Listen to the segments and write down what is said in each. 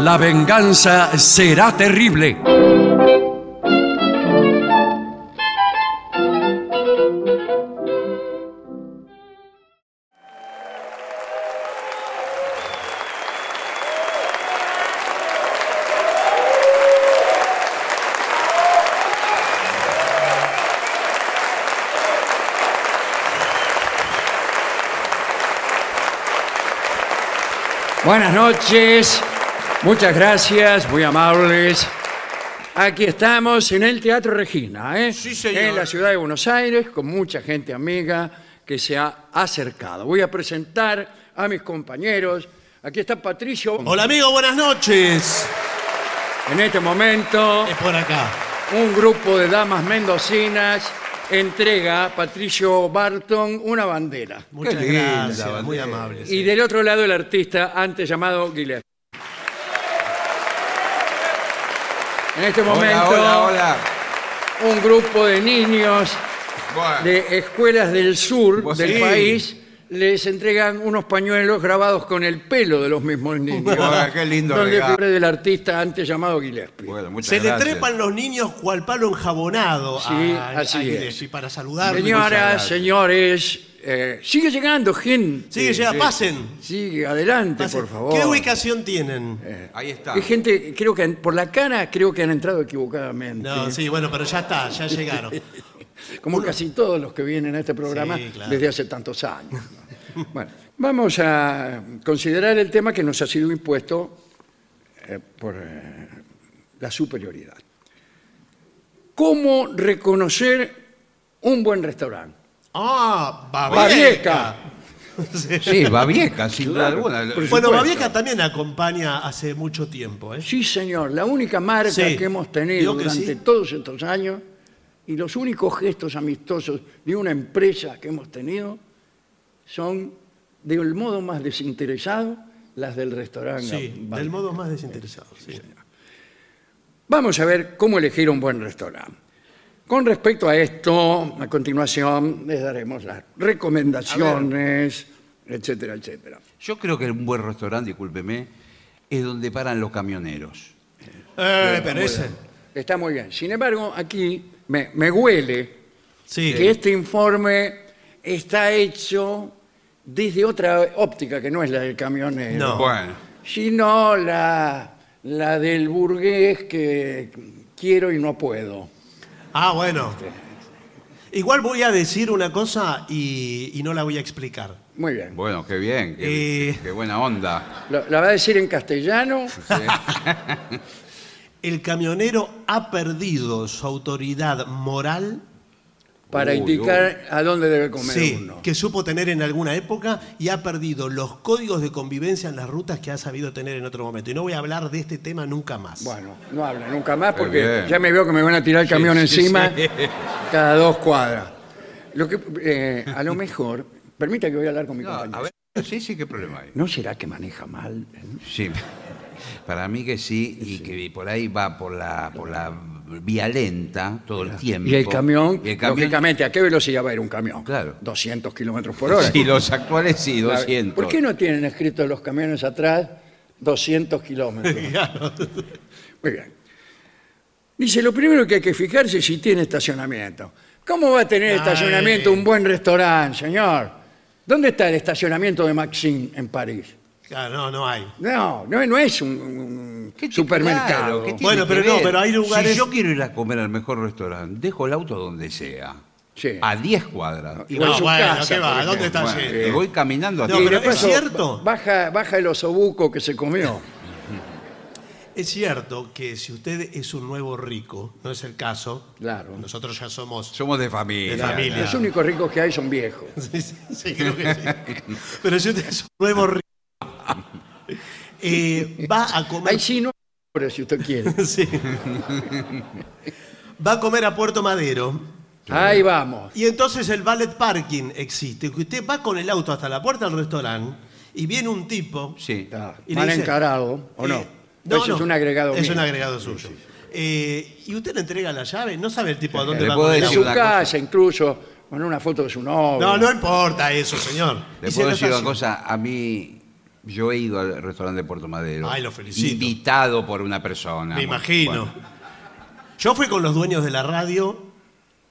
La venganza será terrible. Buenas noches, muchas gracias, muy amables. Aquí estamos en el Teatro Regina, ¿eh? Sí, señor. en la ciudad de Buenos Aires, con mucha gente amiga que se ha acercado. Voy a presentar a mis compañeros. Aquí está Patricio. Hola amigo, buenas noches. En este momento, Es por acá. un grupo de damas mendocinas entrega a Patricio Barton una bandera. Muchas linda, gracias, Valeria. muy amables. Y del otro lado el artista, antes llamado Guillermo. En este momento, Hola, hola, hola. un grupo de niños Bueno, de escuelas del sur Ah. Vos del sí. país les entregan unos pañuelos grabados con el pelo de los mismos niños. Bueno, qué lindo Donde regalo. figura del artista antes llamado Gillespie. bueno, muchas Se le gracias. trepan los niños cual palo enjabonado Sí, a, así a es. Gillespie para saludarlo. Señoras, gracias. señores, eh, sigue llegando gente. Sigue, llega, pasen. Sigue, adelante, Pasen. por favor. Eh, ¿Qué ubicación tienen? Ahí está. Hay gente, creo que han- por la cara, creo que han entrado equivocadamente. No, sí, bueno, pero ya está, ya llegaron. Como casi todos los que vienen a este programa Sí, claro. desde hace tantos años. ¿no? bueno, vamos a considerar el tema que nos ha sido impuesto eh, por eh, la superioridad. ¿Cómo reconocer un buen restaurante? Ah, Babieca. Babieca. Sí. Sí, Babieca, sin duda alguna. Por Bueno, supuesto. Babieca también acompaña hace mucho tiempo, ¿eh? Sí, señor, la única marca Sí. que hemos tenido Digo que durante sí. todos estos años y los únicos gestos amistosos de una empresa que hemos tenido son, del modo más desinteresado, las del restaurante. Sí, Vale. del modo más desinteresado. sí. Vamos a ver cómo elegir un buen restaurante. Con respecto a esto, a continuación les daremos las recomendaciones, etcétera, etcétera. Yo creo que un buen restaurante, discúlpeme, es donde paran los camioneros. Eh, pero ese. Está muy bien. Sin embargo, aquí me- me huele Sí. que este informe está hecho desde otra óptica que no es la del camionero, No. Bueno, sino la, la del burgués que quiero y no puedo. Ah, bueno. Este, Igual voy a decir una cosa y, y no la voy a explicar. Muy bien. bueno, qué bien, qué, Eh. qué buena onda. Lo- la va a decir en castellano. El camionero ha perdido su autoridad moral, Para Uy, indicar a dónde debe comer sí, uno. que supo tener en alguna época y ha perdido los códigos de convivencia en las rutas que ha sabido tener en otro momento. Y no voy a hablar de este tema nunca más. Bueno, no habla nunca más Muy porque bien. ya me veo que me van a tirar el camión sí, encima sí. cada dos cuadras. Lo que, eh, a lo mejor, permita que voy a hablar con mi No, a compañero. ver, sí, sí, qué problema hay. ¿No será que maneja mal? Sí, para mí que sí, y que por ahí va por la, por la vía lenta todo el tiempo. Y el camión, Mm, Y el camión. lógicamente, ¿a qué velocidad va a ir un camión? Claro. 200 kilómetros por hora. Sí, los actuales sí, Claro. 200. ¿Por qué no tienen escritos los camiones atrás 200 kilómetros? Muy bien. Dice, lo primero que hay que fijarse es si tiene estacionamiento. ¿Cómo va a tener estacionamiento un buen restaurante, señor? ¿Dónde está el estacionamiento de Maxim en París? Ah, no, no hay. No, no, no es un, un ¿Qué ti- supermercado. claro, ¿qué tiene Bueno, que pero no, ver? pero hay lugares- Si yo quiero ir a comer al mejor restaurante, dejo el auto donde sea. Sí. A 10 cuadras. Y, Igual No, su bueno, casa, ¿qué va? por ¿Dónde ejemplo. eh, está bueno, yendo? y voy caminando a No, ti. Y pero de es paso, cierto. Baja, baja el osobuco que se comió. Es cierto que si usted es un nuevo rico, no es el caso. Claro. Nosotros ya somos. Somos de familia. De familia. Los únicos ricos que hay son viejos. Sí, sí, sí, creo que sí. Pero si usted es un nuevo rico, eh, va a comer. Hay sí, no, pero si usted quiere. Sí. Va a comer a Puerto Madero. Ahí vamos. Y entonces el valet parking existe. Que usted va con el auto hasta la puerta del restaurante y viene un tipo. Sí. Está Y le mal dice- encarado, ¿o no? Eh, no, Eso es no, un agregado Es mío. un agregado suyo. Eh, y usted le entrega la llave, no sabe el tipo a dónde Le va puedo con el En decir auto. su una casa, incluso, con una foto de su novio. No, no importa eso, señor. Le Y se puedo lo decir una estaciona. cosa, a mí Yo he ido al restaurante de Puerto Madero. Ay, lo felicito. Invitado por una Me persona. Ah, Bueno, imagino. bueno. Yo fui con los dueños de la radio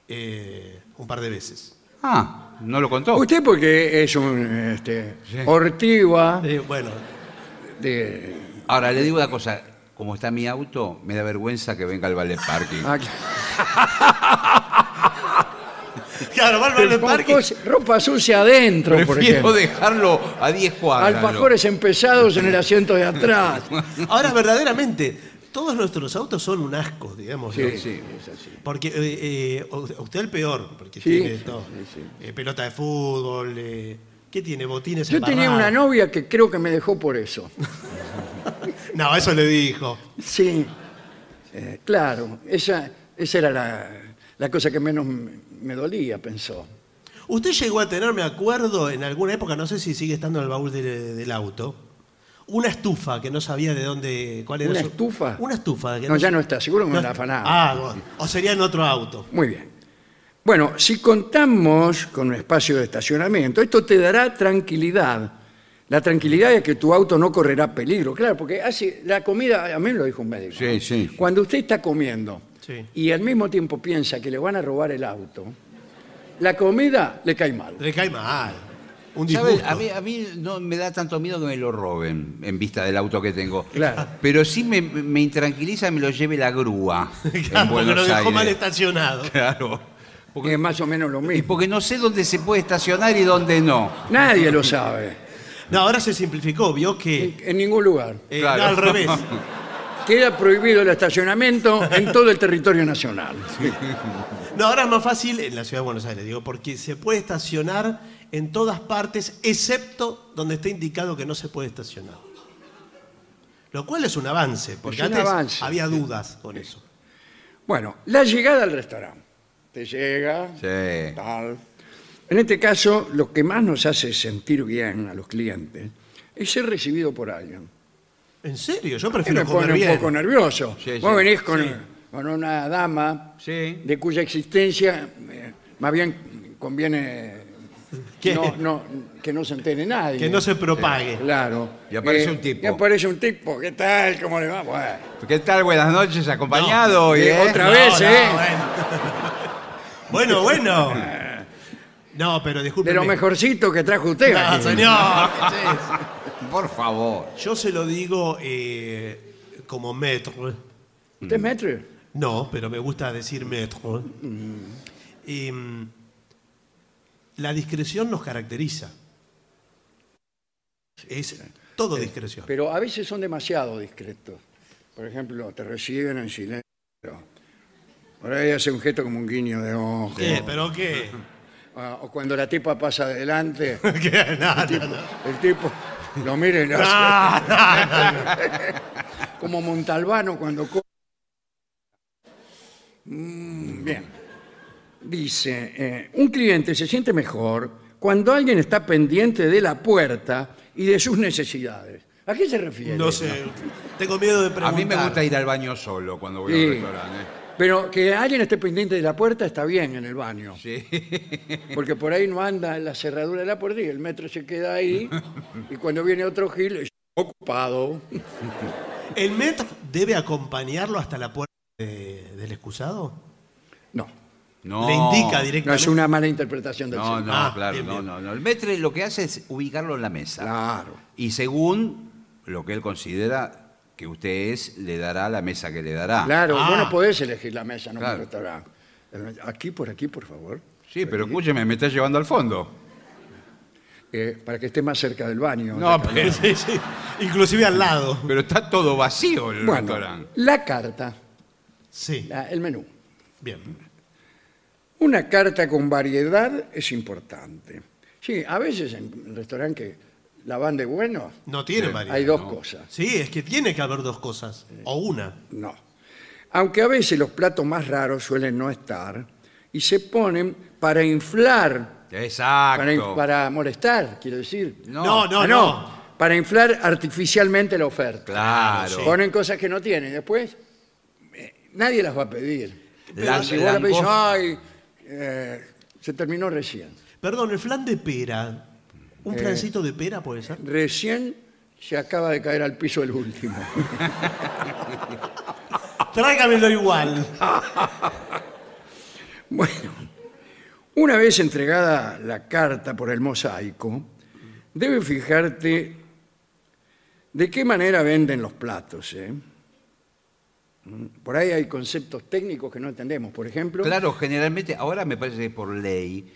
eh, un par de veces. Ah, no lo contó. Usted porque es un este, Sí. ortiva Eh, bueno, de... Ahora, le digo una cosa. Como está mi auto, me da vergüenza que venga al ballet parking. ah, claro, va al Valle del Parque. pocos- ropa sucia adentro, por Prefiero ejemplo. dejarlo a 10 cuadras. Alfajores empezados en el asiento de atrás. Ahora, verdaderamente, todos nuestros autos son un asco, digamos. ¿no? Sí, sí. es así. Porque eh, eh, u- usted el peor, porque Sí, tiene sí, todo. sí, Eh, pelota de fútbol, eh, ¿qué tiene? Botines Yo tenía una embarrados. novia que creo que me dejó por eso. No, eso le dijo. Sí, Eh, claro, esa, esa era la, la cosa que menos m- me dolía, pensó. Usted llegó a tener, me acuerdo, en alguna época, no sé si sigue estando en el baúl de- del auto, una estufa que no sabía de dónde, cuál era ¿Una su- estufa? Una estufa. que No, ya sa- no está, seguro que me la está- afanaron. Ah, bueno. o sería en otro auto. Muy bien. Bueno, si contamos con un espacio de estacionamiento, esto te dará tranquilidad. La tranquilidad es que tu auto no correrá peligro, claro, porque hace la comida, a mí me lo dijo un médico. Sí, sí. Cuando usted está comiendo Sí. y al mismo tiempo piensa que le van a robar el auto, la comida le cae mal. Le cae mal. Un ¿Sabes? disgusto. A mí, a mí no me da tanto miedo que me lo roben en vista del auto que tengo. Claro. Pero sí me, me intranquiliza que me lo lleve la grúa en Claro, porque Buenos lo dejó Aires. mal estacionado. Claro. Porque es más o menos lo Y mismo. porque no sé dónde se puede estacionar y dónde no. Nadie lo sabe, No, ahora se simplificó, vio que. en ningún lugar. eh, Claro. Al revés. Queda prohibido el estacionamiento en todo el territorio nacional. No, ahora es más fácil en la ciudad de Buenos Aires, digo, porque se puede estacionar en todas partes, excepto donde está indicado que no se puede estacionar. Lo cual es un avance, porque Es un antes avance. había dudas con eso. Bueno, la llegada al restaurante. Te llega, Sí. tal. En este caso, lo que más nos hace sentir bien a los clientes es ser recibido por alguien. En serio, yo Que prefiero me comer pone un bien. poco nervioso. Sí, Vos sí. venís con, Sí. con una dama Sí. de cuya existencia eh, más bien conviene ¿Qué? no- no- que no se entere nadie. Que no se propague. Claro. Eh, Y aparece un tipo. Y aparece un tipo. ¿Qué tal? ¿Cómo le va? Bueno. ¿Qué tal? Buenas noches, acompañado. hoy, eh, ¿eh? otra vez, ¿eh? Bueno, bueno. No, pero disculpe. De lo mejorcito que trajo usted. No, aquí. señor. ¿qué es eso? Por favor. Yo se lo digo eh, como metro. Mm. ¿Usted es maître? No, pero me gusta decir metro. ¿eh? Y, mm, la discreción nos caracteriza. Es todo discreción. Pero a veces son demasiado discretos. Por ejemplo, te reciben en silencio. Por ahí hace un gesto como un guiño de ojo. ¿Qué? ¿Pero qué? Ah, O cuando la tipa pasa adelante, ¿Qué? No, no, no. el tipo lo mira y le hace No, no, no, no. como Montalbano cuando... co- Mm, bien. Dice, eh, un cliente se siente mejor cuando alguien está pendiente de la puerta y de sus necesidades. ¿A qué se refiere? No sé. Tengo miedo de A preguntar. mí me gusta ir al baño solo cuando voy a Sí. un restaurante. ¿eh? Pero que alguien esté pendiente de la puerta está bien en el baño. Porque por ahí no anda en la cerradura de la puerta y el metro se queda ahí. Y cuando viene otro gil, es ocupado. ¿El metro debe acompañarlo hasta la puerta de- del excusado? No, No. ¿Le no indica es directamente? una mala interpretación del No, signo. no, Ah, claro, bien, no, bien. no, no. El metre lo que hace es ubicarlo en la mesa. Claro. Y según lo que él considera que usted es, le dará la mesa que le dará. Claro, Ah. vos no podés elegir la mesa en un Claro. restaurante. Eh, Aquí, por aquí, por favor. Sí, pero escúcheme, me está llevando al fondo. Eh, para que esté más cerca del baño. No, Acá. pero, Sí, sí. Inclusive al lado. pero está todo vacío el bueno, restaurante. la carta, Sí. la- el menú. Bien. Una carta con variedad es importante. Sí, a veces en restaurantes que la van de bueno, No tiene Sí. variedad. hay dos no. cosas. Sí, es que tiene que haber dos cosas. O una. No. Aunque a veces los platos más raros suelen no estar y se ponen para inflar, para, in- Exacto. para molestar, quiero decir. No, no, Ah, no. Para inflar artificialmente la oferta. Claro. Sí. Ponen cosas que no tienen. Después, eh, nadie las va a pedir. Lan- Si vos la pedís, langosta. "Ay, eh, se terminó recién. Eh. Perdón, el flan de pera. ¿Un flancito de pera puede ser? Recién se acaba de caer al piso el último. Tráigamelo igual. Bueno, una vez entregada la carta por el mosaico, debe fijarte de qué manera venden los platos. ¿eh? Mm, Por ahí hay conceptos técnicos que no entendemos. Por ejemplo, Claro, generalmente, ahora me parece que es por ley,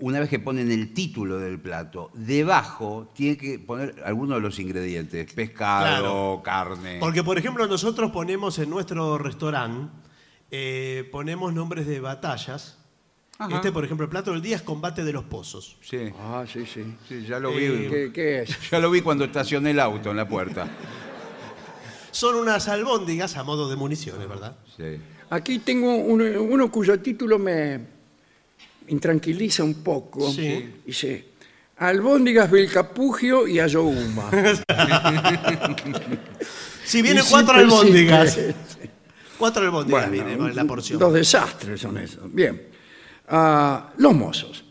una vez que ponen el título del plato, debajo tiene que poner alguno de los ingredientes, pescado, carne. Porque, por ejemplo, nosotros ponemos en nuestro restaurante, eh, ponemos nombres de batallas. Ajá. Este, por ejemplo, el plato del día es combate de los pozos. Sí, ah, sí, sí. sí, ya lo vi. ¿Qué, qué es? Ya lo vi cuando estacioné el auto en la puerta. Son unas albóndigas a modo de municiones, ¿verdad? Sí. Aquí tengo uno, uno cuyo título me intranquiliza un poco. Sí. Dice, albóndigas Vilcapugio y Ayohuma. Si vienen Y sí, cuatro pues, sí, albóndigas. pues, Cuatro albóndigas Bueno, vienen con la porción. Dos desastres son esos. Bien. Ah, los mozos.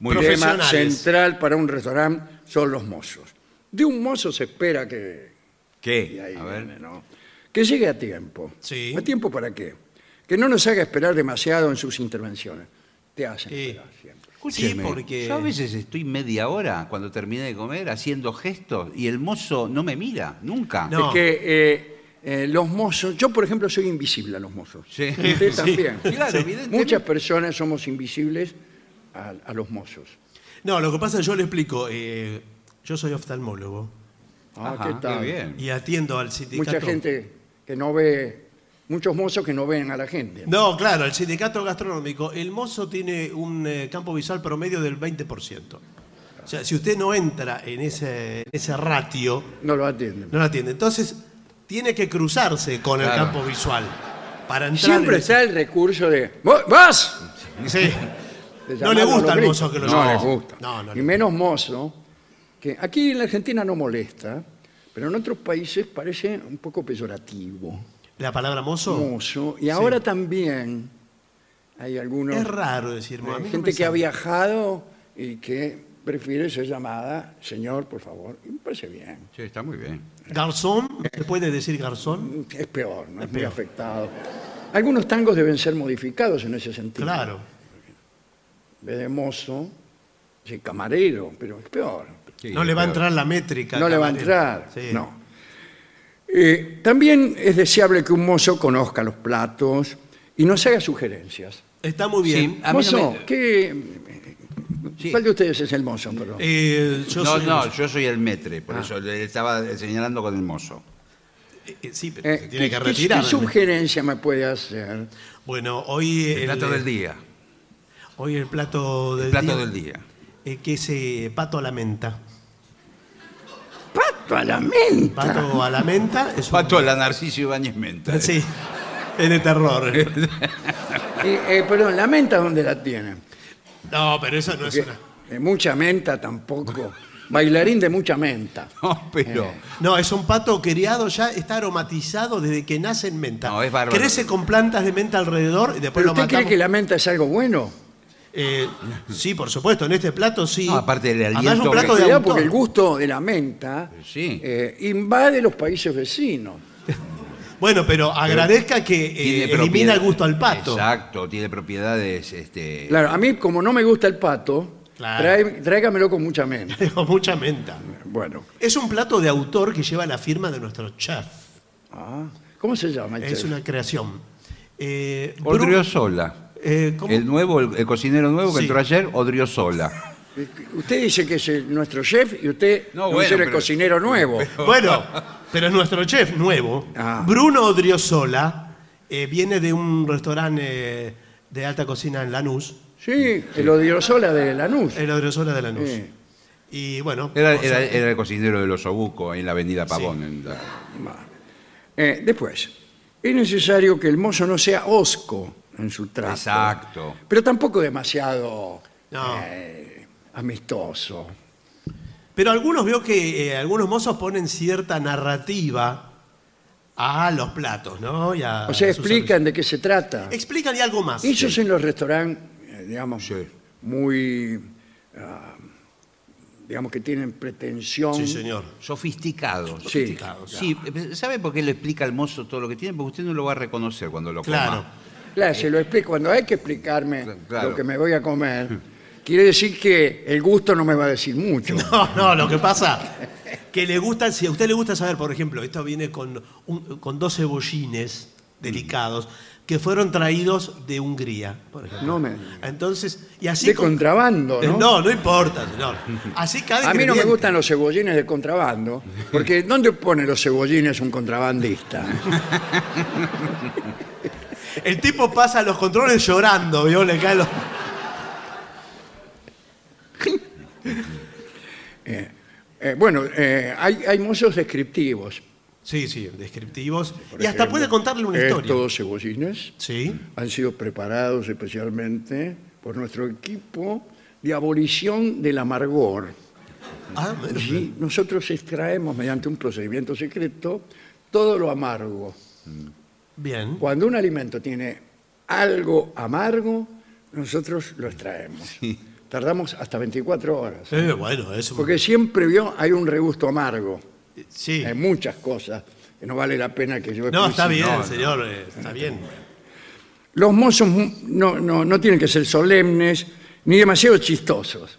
Muy bien. Tema Profesionales. central para un restaurante son los mozos. De un mozo se espera que, y ¿Qué? ahí A ver. viene, ¿no? que llegue a tiempo. Sí. ¿A tiempo para qué? Que no nos haga esperar demasiado en sus intervenciones. Te hacen Sí. esperar siempre. Sí, Escúcheme, porque. Yo a veces estoy media hora cuando terminé de comer haciendo gestos y el mozo no me mira, nunca. No. Es que eh, eh, los mozos, yo por ejemplo soy invisible a los mozos. Sí. Usted Sí. también. Claro, evidentemente. Muchas personas somos invisibles a, a los mozos. No, lo que pasa es que yo le explico. eh, yo soy oftalmólogo Ah, Ajá, ¿qué tal? bien. y atiendo al sindicato. Mucha gente que no ve, muchos mozos que no ven a la gente. No, claro, el sindicato gastronómico, el mozo tiene un eh, campo visual promedio del 20%. O sea, si usted no entra en ese, en ese ratio, No lo atienden. no la atiende. Entonces, tiene que cruzarse con el Claro. campo visual para entrar. Siempre en ese- está el recurso de "¿Vos ¿Vas? Sí. de No le llamarlo a gusta los al gritos. mozo que lo No llamen. les gusta. No, no y le menos mozo, que aquí en la Argentina no molesta, pero en otros países parece un poco peyorativo. La palabra mozo Mozo. Y ahora también hay algunos. es raro decirme. eh, gente que ha viajado y que prefiere ser llamada, señor, por favor. Y me parece bien. Sí, está muy bien. Garzón, ¿se puede decir garzón? Es peor, ¿no? Es, muy afectado. Algunos tangos deben ser modificados en ese sentido. Claro. En vez de mozo, sí, camarero, pero es peor. Sí, no le va a pero- entrar la métrica. no le va a caballero. entrar. Sí. No. Eh, también es deseable que un mozo conozca los platos y nos haga sugerencias. Está muy bien. Sí, a mí mozo, no me- ¿qué- Sí. ¿cuál de ustedes es el mozo? perdón? Eh, yo no, soy- Ah. no, yo soy el metre, por eso le estaba señalando con el mozo. Eh, eh, sí, pero Eh, se tiene ¿qué- que qué- retirar. ¿Qué sugerencia me puede hacer? Bueno, hoy eh, El, plato del día. Hoy el plato del El plato día. del día. eh, que es eh, pato a la menta. Pato a la menta. Pato a la menta es un- Pato a la Narciso Ibáñez Menta. Sí, en el terror. Eh, eh, perdón, ¿la menta dónde la tienen? No, pero eso no es una. De mucha menta tampoco. Bailarín de mucha menta. No, pero. No, es un pato criado ya, está aromatizado desde que nace en menta. No, es bárbaro. Crece con plantas de menta alrededor y después ¿Pero lo usted cree matamos. que la menta es algo bueno? Eh, sí, por supuesto, en este plato sí. No, aparte del Además, aliento es un plato que- de Cuidado, autor. porque el gusto de la menta Sí. eh, invade los países vecinos. Bueno, pero agradezca que eh, tiene elimina propiedad- el gusto al pato. Exacto, tiene propiedades. Este, Claro, a mí como no me gusta el pato, Claro. trae- tráigamelo con mucha menta. Tengo mucha menta. Bueno, Es un plato de autor que lleva la firma de nuestro chef. ah, ¿cómo se llama? el Es chef? una creación. Eh, Oh, Bru- Odriozola. eh, ¿cómo? El nuevo, el, el cocinero nuevo que Sí. entró ayer, Odriozola. Usted dice que es el- nuestro chef y usted No, no, bueno, ser el pero- cocinero nuevo. Bueno, pero es nuestro chef nuevo. Ah. Bruno Odriozola eh, viene de un restaurante eh, de alta cocina en Lanús. Sí, el odiosola de Lanús. Eh. El Odriozola de Lanús. Sí. Y bueno, Era, o sea, era- era el cocinero del Osobuco, ahí en la avenida Pavón. en la- Eh, después, es necesario que el mozo no sea osco en su trato. Exacto. Pero tampoco demasiado No. eh, amistoso. Pero algunos veo que eh, algunos mozos ponen cierta narrativa a los platos, ¿no? Y a Ah, O sea, sus explican de qué se trata. servicios. Explican y algo más. Eso es en los restaurantes, eh, digamos, Sí. muy ah, digamos, que tienen pretensión. Sí, señor. Sofisticado. Sí. Sí, eh, ¿sabe por qué le explica al mozo todo lo que tiene? Porque usted no lo va a reconocer cuando lo Claro. coma. Claro, se lo explico. Cuando hay que explicarme Claro. lo que me voy a comer, quiere decir que el gusto no me va a decir mucho. No, no, lo que pasa que le gusta, si a usted le gusta saber, por ejemplo, esto viene con, un- con dos cebollines delicados que fueron traídos de Hungría, por ejemplo. No me diga. Entonces, y así De con- contrabando, Eh, ¿no? No, no importa, señor. Así cada A mí no me ingrediente. gustan los cebollines de contrabando, porque ¿dónde pone los cebollines un contrabandista? El tipo pasa los controles llorando, ¿vio? Le caen los... Eh, bueno, eh, hay, hay muchos descriptivos. Sí, sí, descriptivos. Por y hasta ejemplo, puede contarle una historia. Estos cebollines Sí. han sido preparados especialmente por nuestro equipo de abolición del amargor. Ah, bueno. Y nosotros extraemos mediante un procedimiento secreto todo lo amargo. Bien. Cuando un alimento tiene algo amargo, nosotros lo extraemos. Tardamos hasta 24 horas. Eh, bueno, eso. Porque siempre vio, hay un regusto amargo. Sí. Hay muchas cosas que no vale la pena que yo No, explique. está bien, no, no. señor, eh, está bien. Los mozos mu- no, no- no tienen que ser solemnes ni demasiado chistosos.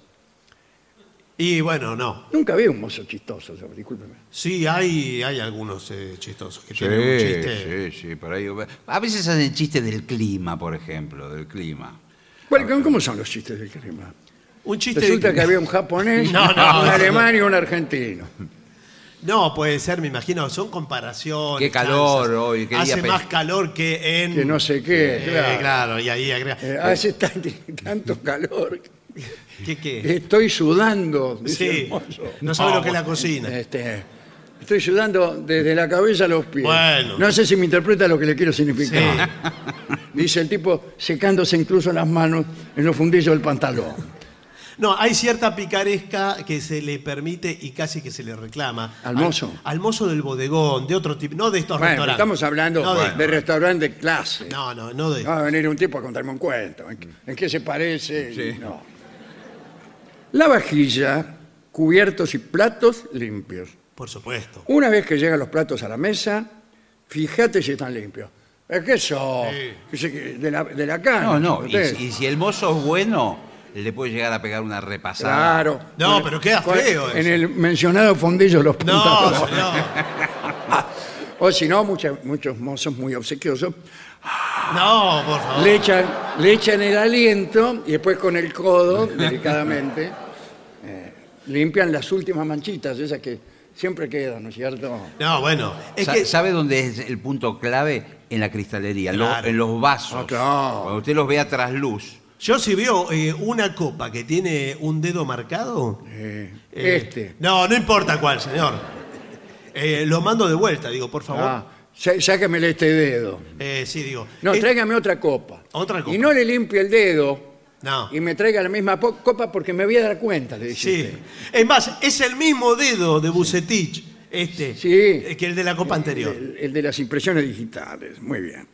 Y bueno, no. Nunca vi un mozo chistoso, yo, discúlpeme. Sí, hay, hay algunos eh, chistosos que Sí, tienen un chiste. sí, sí, por ahí. A veces hacen chistes del clima, por ejemplo, del clima. Bueno, ¿cómo son los chistes del clima? Un chiste. Resulta de- que había un japonés, No, no, un no. alemán y un argentino. No, puede ser, me imagino, son comparaciones. Qué calor chanzas. hoy, qué día Hace pe- más calor que en. Que no sé qué, Eh, claro. claro. y ahí agrega. Eh, hace tan- tanto calor ¿Qué qué? que estoy sudando. dice sí. el mozo. No sabe lo que es la cocina. Este, estoy sudando desde la cabeza a los pies. Bueno. No sé si me interpreta lo que le quiero Sí. significar. Dice el tipo secándose incluso las manos en los fundillos del pantalón. No, hay cierta picaresca que se le permite y casi que se le reclama. ¿Al mozo? Al, al mozo del bodegón, de otro tipo, no de estos Bueno, restaurantes. estamos hablando No, de- de Ah. restaurante de clase. no, no, no de. No Va a venir un tipo a contarme un cuento. ¿En, qué- Mm. en qué se parece? No. La vajilla, cubiertos y platos limpios. Por supuesto. Una vez que llegan los platos a la mesa, fíjate si están limpios. ¿Es que eso? que se- que De la, de la cana. No, no. Y, ¿entendés? si- y si el mozo es bueno, le puede llegar a pegar una repasada. Claro. No, Bueno, pero queda con- feo En eso. el mencionado fondillo de los No, pantalones. señor. O si no, mucha- muchos mozos muy obsequiosos No, por favor. le, echan, le echan el aliento y después con el codo, delicadamente, eh, limpian las últimas manchitas, esas que siempre quedan, ¿no es cierto? No, bueno. Es Sa- que. ¿Sabe dónde es el punto clave? En la cristalería, en los- Claro. en los vasos. Ah, claro. Cuando usted los ve a trasluz. Yo si veo eh, una copa que tiene un dedo marcado. Eh, eh, este. No, no importa cuál, señor. Eh, lo mando de vuelta, digo, por favor. Ah, sá- sáquemele este dedo. Eh, sí, digo. No, eh, tráigame otra copa. Otra copa. Y no le limpie el dedo No. y me traiga la misma po- copa porque me voy a dar cuenta, le dice. Sí. usted. Es más, es el mismo dedo de Bucetich, este, Sí. eh, que el de la copa anterior. El, el de las impresiones digitales. Muy bien.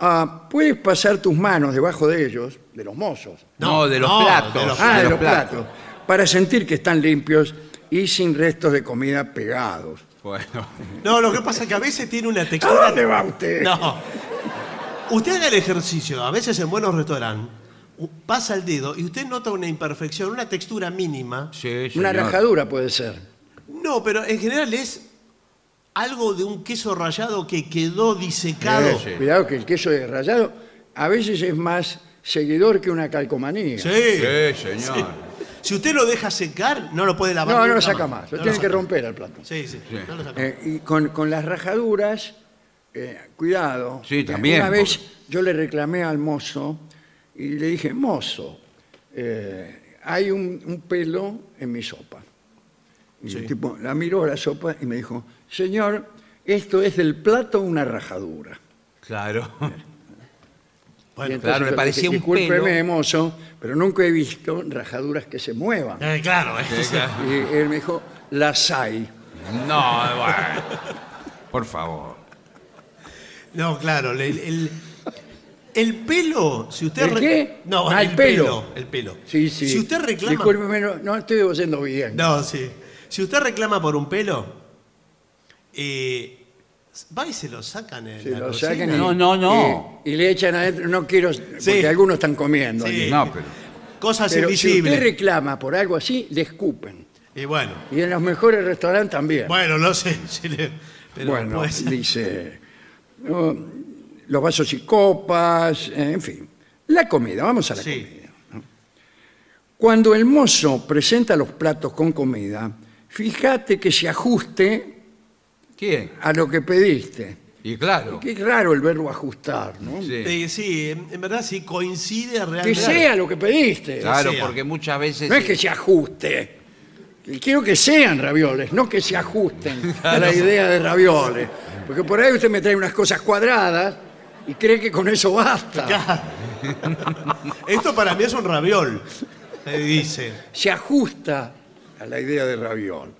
Ah, puedes pasar tus manos debajo de ellos, de los mozos. No, de los no, platos. de los- Ah, de de los los platos. Para sentir que están limpios y sin restos de comida pegados. Bueno. No, lo que pasa es que a veces tiene una ¿A textura. dónde va usted? No. Usted haga el ejercicio, a veces en buenos restaurantes, u- pasa el dedo y usted nota una imperfección, una textura mínima. Sí, Una señor. rajadura puede ser. No, pero en general es algo de un queso rallado que quedó disecado. Sí, Cuidado que el queso de rallado a veces es más seguidor que una calcomanía. Sí, señor. Si usted lo deja secar, no lo puede lavar. No, no lo nunca saca más. Lo No tiene que saca. romper al plato. Sí, sí, no lo saca. Eh, y con, con las rajaduras, eh, cuidado. Sí, Eh, también, Una vez yo le reclamé al mozo y le dije, mozo, eh, hay un, un pelo en mi sopa. Y el tipo la miró la sopa y me dijo, señor, esto es del plato una rajadura. Claro. Y Bueno, entonces claro, yo le le parecía dije, un Discúlpeme, pelo". mozo, pero nunca he visto rajaduras que se muevan. eh, claro, eh. Y él me dijo, las hay. No, bueno. Por favor. No, claro. el- el- El pelo, si usted. ¿El re- qué? No, Ah, el, el pelo. pelo. El pelo. Sí, sí. Si usted reclama. Discúlpeme, no, no estoy oyendo bien. No, sí. Si usted reclama por un pelo, eh, va y se lo sacan en Se la lo cocina. sacan y- No, no, no. Y, y le echan adentro. No quiero. Porque algunos están comiendo. Sí. No, pero. Cosas Pero si invisibles. usted reclama por algo así, le escupen. Y bueno, Y en los mejores restaurantes también. bueno, no sé. si le- pero Bueno, pues- dice, no, los vasos y copas, eh, en fin. La comida, vamos a la Sí. comida. ¿no? Cuando el mozo presenta los platos con comida, fíjate que se ajuste ¿Quién? a lo que pediste. Y claro. Qué raro el verbo ajustar, ¿no? Sí. Eh, sí, en en verdad sí coincide Que realmente. sea lo que pediste. Claro, sea. porque muchas veces. No es que se ajuste. Y Quiero que sean ravioles, no que se ajusten a la idea de ravioles. Porque por ahí usted me trae unas cosas cuadradas y cree que con eso basta. Esto para mí es un raviol, le dice. Se ajusta a la idea de raviol.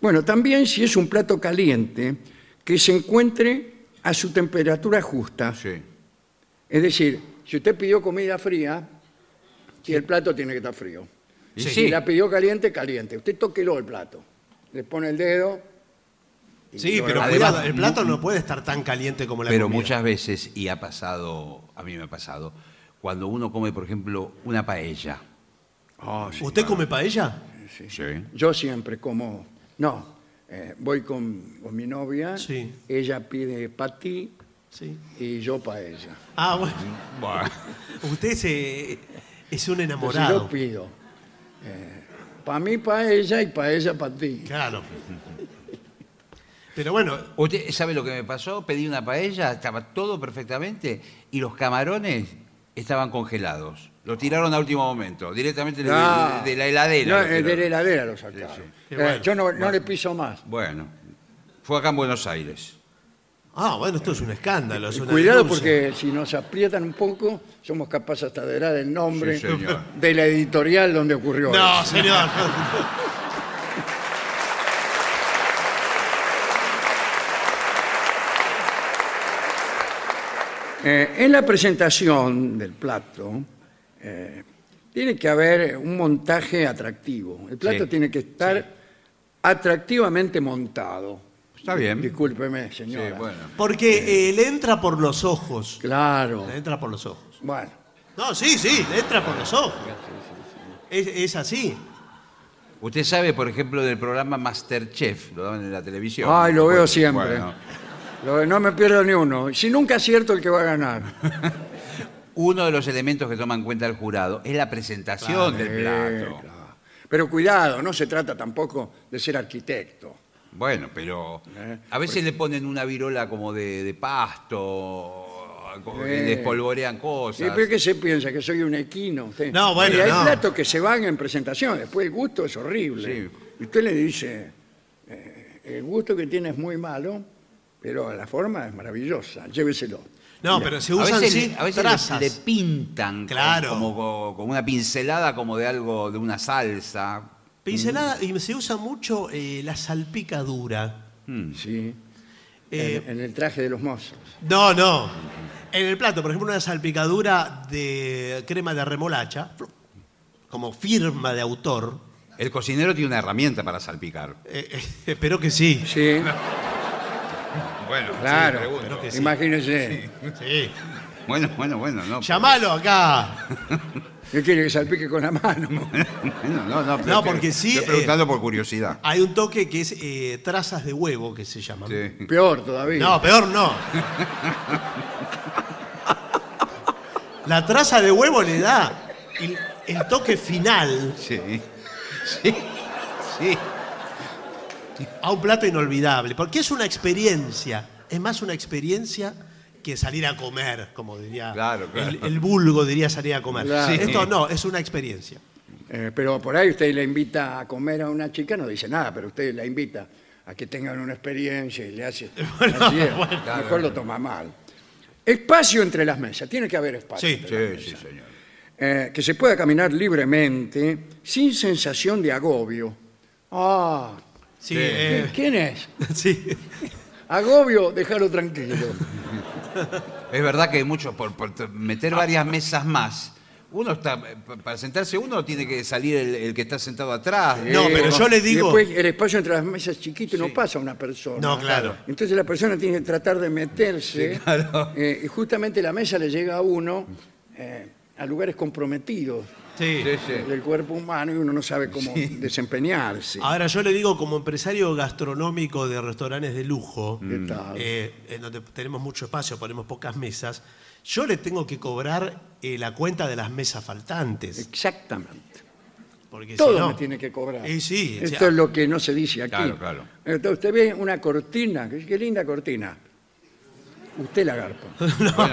Bueno, también si es un plato caliente, que se encuentre a su temperatura justa. Sí. Es decir, si usted pidió comida fría, y el plato tiene que estar frío. Y Sí. Si sí. la pidió caliente, caliente. Usted tóquelo el plato. Le pone el dedo. y Sí, lo pero agarra. cuidado, Además, el plato no puede estar tan caliente como la Pero comida. muchas veces, y ha pasado, a mí me ha pasado, cuando uno come, por ejemplo, una paella. Ah, sí. ¿Usted come paella? Sí. Yo siempre como, no, eh, voy con, con mi novia, Sí. ella pide patty Sí. y yo para ella. Ah, bueno. Bueno, Usted se- es un Entonces enamorado. yo pido, para mí para ella y para ella para ti. Claro. Pero bueno, ¿Usted sabe lo que me pasó? Pedí una paella, estaba todo perfectamente y los camarones estaban congelados. Los tiraron a último momento, directamente de- Ah. de, la heladera. No, los eh, de tiraron. la heladera lo sacaron. Qué Eh, bueno. yo no, no le piso más. Bueno, fue acá en Buenos Aires. ah, bueno, esto es un escándalo. es una Cuidado denuncia. porque si nos aprietan un poco, somos capaces hasta de dar el nombre Sí, señor. de la editorial donde ocurrió. No, eso. señor. Eh, en la presentación del plato, eh, tiene que haber un montaje atractivo. El plato Sí, tiene que estar atractivamente montado. Está bien. Discúlpeme, Sí, señora. bueno. Porque eh, le entra por los ojos. Claro. Le entra por los ojos. Bueno, No, sí, sí, le entra por los ojos. Es, es así. Usted sabe, por ejemplo, del programa Masterchef, lo daban en la televisión. Ay, lo veo Bueno, siempre. bueno. Lo- no me pierdo ni uno. Si nunca acierto el que va a ganar. uno de los elementos que toma en cuenta el jurado es la presentación del Eh, plato. claro. Pero cuidado, no se trata tampoco de ser arquitecto. Bueno, pero Eh, a veces le ponen una virola como de, de pasto, como que Eh. despolvorean cosas. Siempre que se piensa que soy un equino. usted. No, bueno, Y hay no. platos que se van en presentación, después el gusto es horrible. Sí. Y usted le dice, eh, el gusto que tiene es muy malo, pero la forma es maravillosa, lléveselo. No, pero se a usan veces, sí a veces trazas. le, le pintan con- Claro. como, co- con una pincelada como de algo, de una salsa. Pincelada, y se usa mucho eh, la salpicadura. Sí. Hmm. Eh, en, en el traje de los mozos. No, no. En el plato, por ejemplo, una salpicadura de crema de remolacha, como firma de autor. El cocinero tiene una herramienta para salpicar. Eh, eh, espero que sí. Sí, Bueno, claro. Creo que sí. Imagínese. Sí. Bueno, bueno, bueno, no. Llamalo acá. ¿Qué quiere que salpique con la mano? Bueno, no, no, pero No, estoy- porque sí, eh. Estoy preguntando por curiosidad. Hay un toque que es eh, trazas de huevo que se llaman. Sí. Peor todavía. No, peor no. La traza de huevo le da el, el toque final Sí. Sí. Sí. a un plato inolvidable, porque es una experiencia, es más una experiencia que salir a comer, como diría Claro, claro. El, el vulgo, diría salir a comer. Claro. Sí. Esto no, es una experiencia. Eh, pero por ahí usted le invita a comer a una chica, no dice nada, pero usted la invita a que tengan una experiencia y le hace. así es. Mejor lo toma mal. Espacio entre las mesas, tiene que haber espacio. Sí. entre las Sí, mesas. sí, señor. Eh, que se pueda caminar libremente, sin sensación de agobio. Ah, Sí, Sí. eh, ¿quién es? sí. Agobio, déjalo tranquilo. Es verdad que hay muchos, por, por meter varias mesas más, uno está, para sentarse uno tiene que salir el, el que está sentado atrás. No, pero yo Eh, le Y digo- después el espacio entre las mesas chiquito no pasa una persona. No, claro. Entonces la persona tiene que tratar de meterse. eh, y justamente la mesa le llega a uno eh, a lugares comprometidos Sí. Sí, sí. del cuerpo humano y uno no sabe cómo desempeñarse. Ahora yo le digo como empresario gastronómico de restaurantes de lujo, ¿Qué Mm. tal? eh, en donde tenemos mucho espacio, ponemos pocas mesas, yo le tengo que cobrar eh, la cuenta de las mesas faltantes. Exactamente. Porque si Eh, Todo no- me tiene que cobrar. Y sí, o Esto sea, es lo que no se dice aquí. Claro, claro. Entonces, usted ve una cortina, qué qué linda cortina. Usted la garpa. Bueno,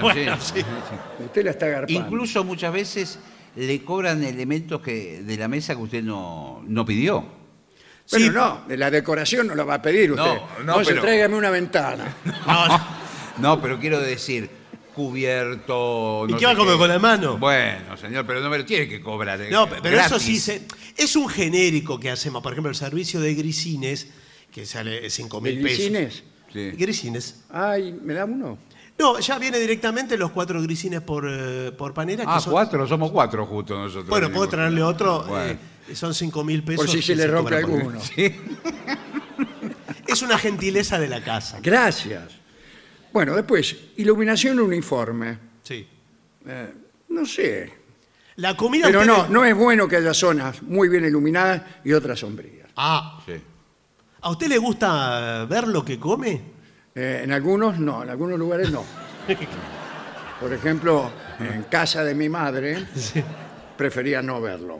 bueno, sí. sí. Usted la está garpando. Incluso muchas veces le cobran elementos que, de la mesa que usted no, no pidió. Pero Sí. no, de la decoración no la va a pedir usted. No, no, se pero- tráigame una ventana. No, No, pero quiero decir, cubierto. ¿Y no qué va a sé comer con la mano? Bueno, señor, pero no me lo tiene que cobrar. eh, no, pero eso gratis. sí se- es un genérico que hacemos. Por ejemplo, el servicio de grisines, que sale 5 ¿De mil pesos. grisines? Sí. Grisines. Ay, ¿me da uno? No, ya viene directamente los cuatro grisines por, eh, por panera. que Ah, son- cuatro, somos cuatro justo nosotros. Bueno, puedo Tenemos- traerle otro. Bueno. eh, son 5 mil pesos. Por si se que le rompe cobran por- alguno. Es una gentileza de la casa. Gracias. Bueno, después, iluminación uniforme. Sí. No sé. La comida. Pero ustedes- no, no es bueno que haya zonas muy bien iluminadas y otras sombrías. Ah, Sí. ¿a usted le gusta ver lo que come? Eh, en algunos no, en algunos lugares no. Por ejemplo, en casa de mi madre prefería no verlo.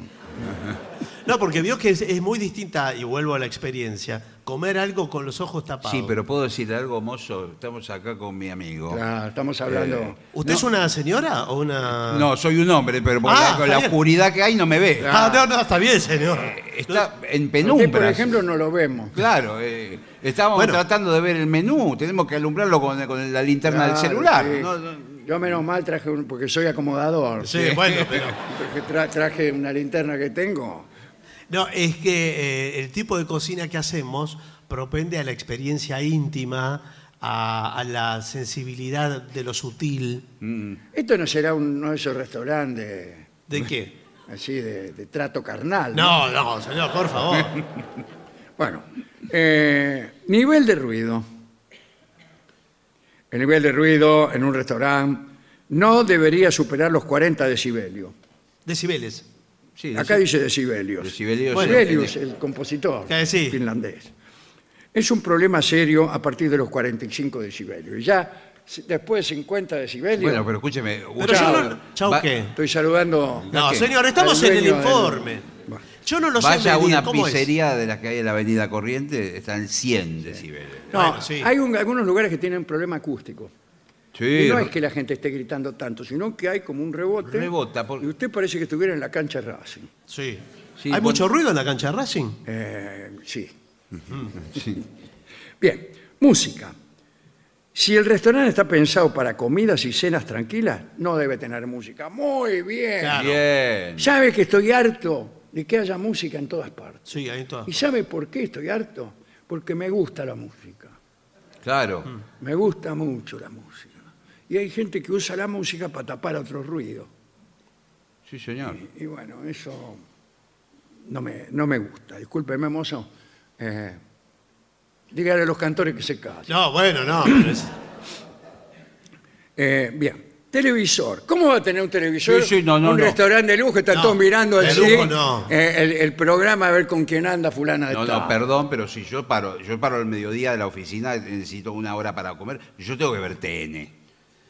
No, porque vio que es, es muy distinta, y vuelvo a la experiencia, comer algo con los ojos tapados. Sí, pero puedo decir algo, mozo. Estamos acá con mi amigo. Claro, estamos Eh, hablando. ¿Usted es una señora o una.? No, soy un hombre, pero por Ah, la, con está la bien. oscuridad que hay no me ve. Ah, no, no, está bien, señor. Eh, Está en Usted, penumbra. por ejemplo, no lo vemos. Claro, eh, estábamos Bueno. tratando de ver el menú, tenemos que alumbrarlo con, con la linterna del Claro, celular. sí. No, no, Yo menos mal traje un, porque soy acomodador. Sí, bueno, pero. Porque tra- traje una linterna que tengo. No, es que eh, el tipo de cocina que hacemos propende a la experiencia íntima, a, a la sensibilidad de lo sutil. Esto no será un- uno de esos restaurantes ¿De qué? así de, de trato carnal. No, no, señor, por favor. Bueno, eh, nivel de ruido. El nivel de ruido en un restaurante no debería superar los 40 decibelios. Decibeles. sí, Acá deci- dice decibelios. Decibelios, Bueno, sí, Sibelius, el compositor Sí, sí. finlandés. Es un problema serio a partir de los 45 decibelios. Y Ya si- después de 50 decibelios, Bueno, pero escúcheme. Pero Chao. yo no. ¿Chau va- qué? estoy saludando. No, qué? señor, estamos Al en el dueño del- informe. Bueno. Yo no lo sé. Vaya a medir, una ¿cómo es? pizzería de las que hay en la avenida Corriente, están 100 decibeles. No, Bueno, sí. hay un- algunos lugares que tienen problema acústico. Sí, Y no es que la gente esté gritando tanto, sino que hay como un rebote. Rebota, por- Y usted parece que estuviera en la cancha de Racing. Sí. Sí, ¿Hay bueno. mucho ruido en la cancha de Racing? Eh, sí. Bien, música. Si el restaurante está pensado para comidas y cenas tranquilas, no debe tener música. Muy bien. Claro. bien. Sabe que estoy harto de que haya música en todas partes. Sí, ahí en todas. ¿Y sabe por qué estoy harto? Porque me gusta la música. Claro. Mm. Me gusta mucho la música. Y hay gente que usa la música para tapar otros ruidos. Sí, señor. Y bueno, eso no me, no me gusta. Discúlpeme, mozo. Eh, dígale a los cantores que se callen. No, bueno, no. pero es- Eh, bien. Televisor. ¿Cómo va a tener un televisor? Sí, sí, no, no, un no. restaurante de lujo, están No, todos mirando de así lujo no. eh, el, el programa a ver con quién anda fulana de No, tal. no, perdón, pero si yo paro, yo paro al mediodía de la oficina, necesito una hora para comer, yo tengo que ver TN.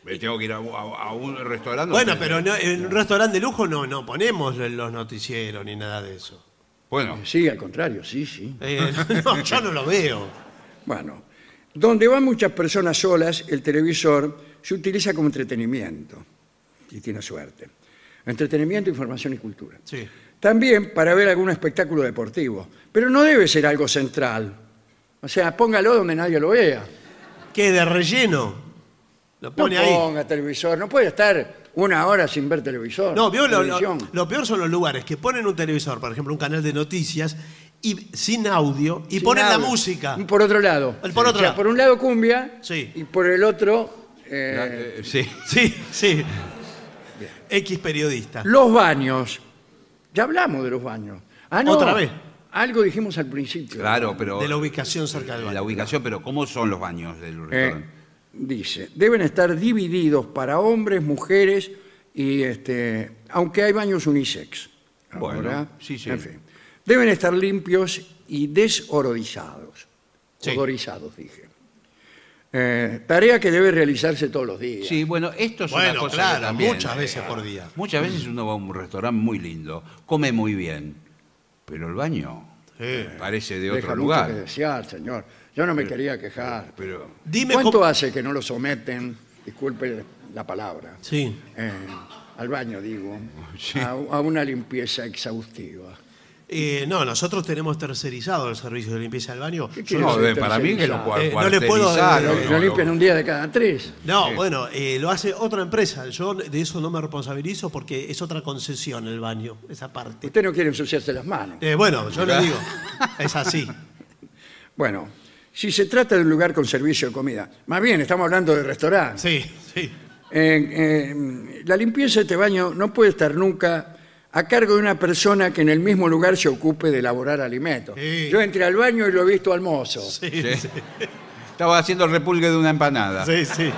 Me tengo que ir a, a- a un restaurante. Bueno, pero no- en un restaurante de lujo no, no ponemos los noticieros ni nada de eso. Bueno, Sí, al contrario, sí, sí. Eh, no, yo no lo veo. Bueno, donde van muchas personas solas, el televisor se utiliza como entretenimiento, si tiene suerte. Entretenimiento, información y cultura. Sí. También para ver algún espectáculo deportivo, pero no debe ser algo central. O sea, póngalo donde nadie lo vea. ¿Qué, de relleno? Lo No pone ahí. ponga televisor, no puede estar una hora sin ver televisor. No, vio, lo, lo- televisión. lo peor son los lugares que ponen un televisor, por ejemplo, un canal de noticias, y sin audio, y Sin ponen la audio. música. Por otro lado. El por otro O sea, lado. por un lado cumbia Sí. y por el otro eh, Eh, sí. Sí, sí. X periodista. los baños. Ya hablamos de los baños. Ah, no. Otra vez. Algo dijimos al principio. Claro, pero. De la ubicación cerca del La baño. ubicación, pero ¿cómo son los baños del Eh, restaurante? dice, deben estar divididos para hombres, mujeres y este, aunque hay baños unisex. Bueno, Ahora, sí, sí. En fin. Deben estar limpios y desorodizados. Sí. Odorizados, dije. Eh, tarea que debe realizarse todos los días. Sí, bueno, esto es una Bueno, cosa que claro, también- eh, muchas veces por día. Muchas Mm. veces uno va a un restaurante muy lindo, come muy bien, pero el baño Sí. parece de Eh, Deja otro mucho lugar. que desear, señor. Yo no me quería quejar. Pero Dime ¿Cuánto cómo- hace que no lo someten, disculpe la palabra, Sí. eh, al baño, digo, a- a una limpieza exhaustiva? Eh, no, nosotros tenemos tercerizado el servicio de limpieza del baño. ¿Qué Yo quiere no, no- decir? de- para mí que lo cua- Eh, no le puedo- cuartelizaron, Lo, no, lo lo- limpian un día de cada tres. No, bueno, eh, lo hace otra empresa. Yo de eso no me responsabilizo porque es otra concesión el baño, esa parte. Usted no quiere ensuciarse las manos. Eh, bueno, yo le digo, es así. Bueno, si se trata de un lugar con servicio de comida, más bien estamos hablando de restaurante. Sí, sí. Eh, eh, la limpieza de este baño no puede estar nunca a cargo de una persona que en el mismo lugar se ocupe de elaborar alimentos. Sí. Yo entré al baño y lo he visto al mozo. Sí, Sí. sí. Estaba haciendo el repulgue de una empanada. sí, sí.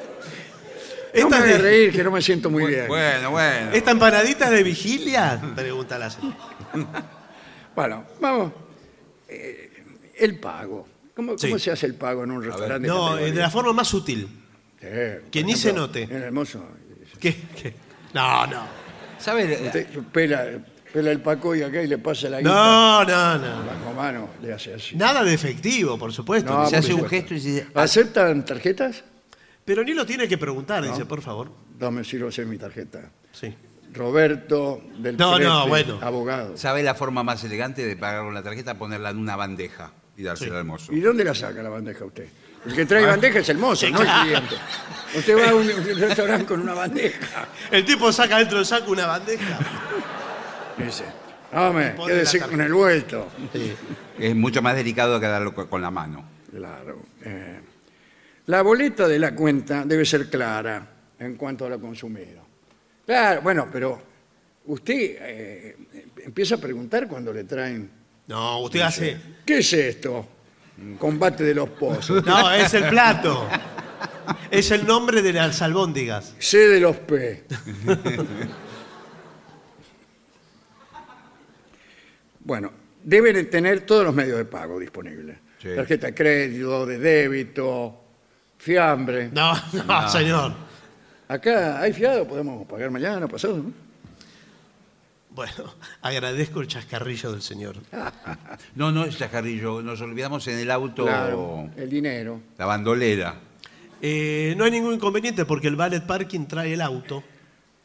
No me Esta, voy a es de- reír, que no me siento muy bien. Bueno, bueno. ¿esta empanadita es de vigilia? Pregunta la señora. Bueno, vamos. Eh, el pago. ¿Cómo, Sí. cómo se hace el pago en un restaurante? No, eh, de la categoría? forma más sutil. Sí, que por ni se ejemplo, note. En el mozo. ¿Qué? ¿Qué? No, no. ¿Sabes? Usted pela, pela el paco y acá y le pasa la guita. No, no, no. Bajo mano le hace así. Nada de efectivo, por supuesto. No, Se por hace un supuesto. gesto y se dice, ¿Aceptan tarjetas? Pero ni lo tiene que preguntar, dice, por favor. Dame si lo sé mi tarjeta. Sí. Roberto del No, Prete, no, bueno. abogado. ¿sabe la forma más elegante de pagar con la tarjeta? Ponerla en una bandeja y dársela Sí. al mozo. ¿Y dónde la saca la bandeja usted? El que trae bandeja es el mozo, Sí, no el Ah. claro. cliente. Usted va a un, un restaurante con una bandeja. El tipo saca dentro del saco una bandeja. Dice, dame, Pone la quédese tarjeta. con el vuelto. Es mucho más delicado que darlo co- con la mano. Claro. eh. la boleta de la cuenta debe ser clara en cuanto a lo consumido. Claro, bueno, pero usted eh, empieza a preguntar cuando le traen, No, usted hace. ¿qué es esto? Combate de los pozos, No, es el plato. Es el nombre de las albóndigas. C de los P. bueno, deben tener todos los medios de pago disponibles. Sí. Tarjeta de crédito, de débito, fiambre. No, no, señor. Acá hay fiado, podemos pagar mañana, pasado. ¿no? Bueno, agradezco el chascarrillo del señor. No, no, Chajarrillo, nos olvidamos en el auto Claro, el dinero. la bandolera. Eh, no hay ningún inconveniente porque el valet parking trae el auto.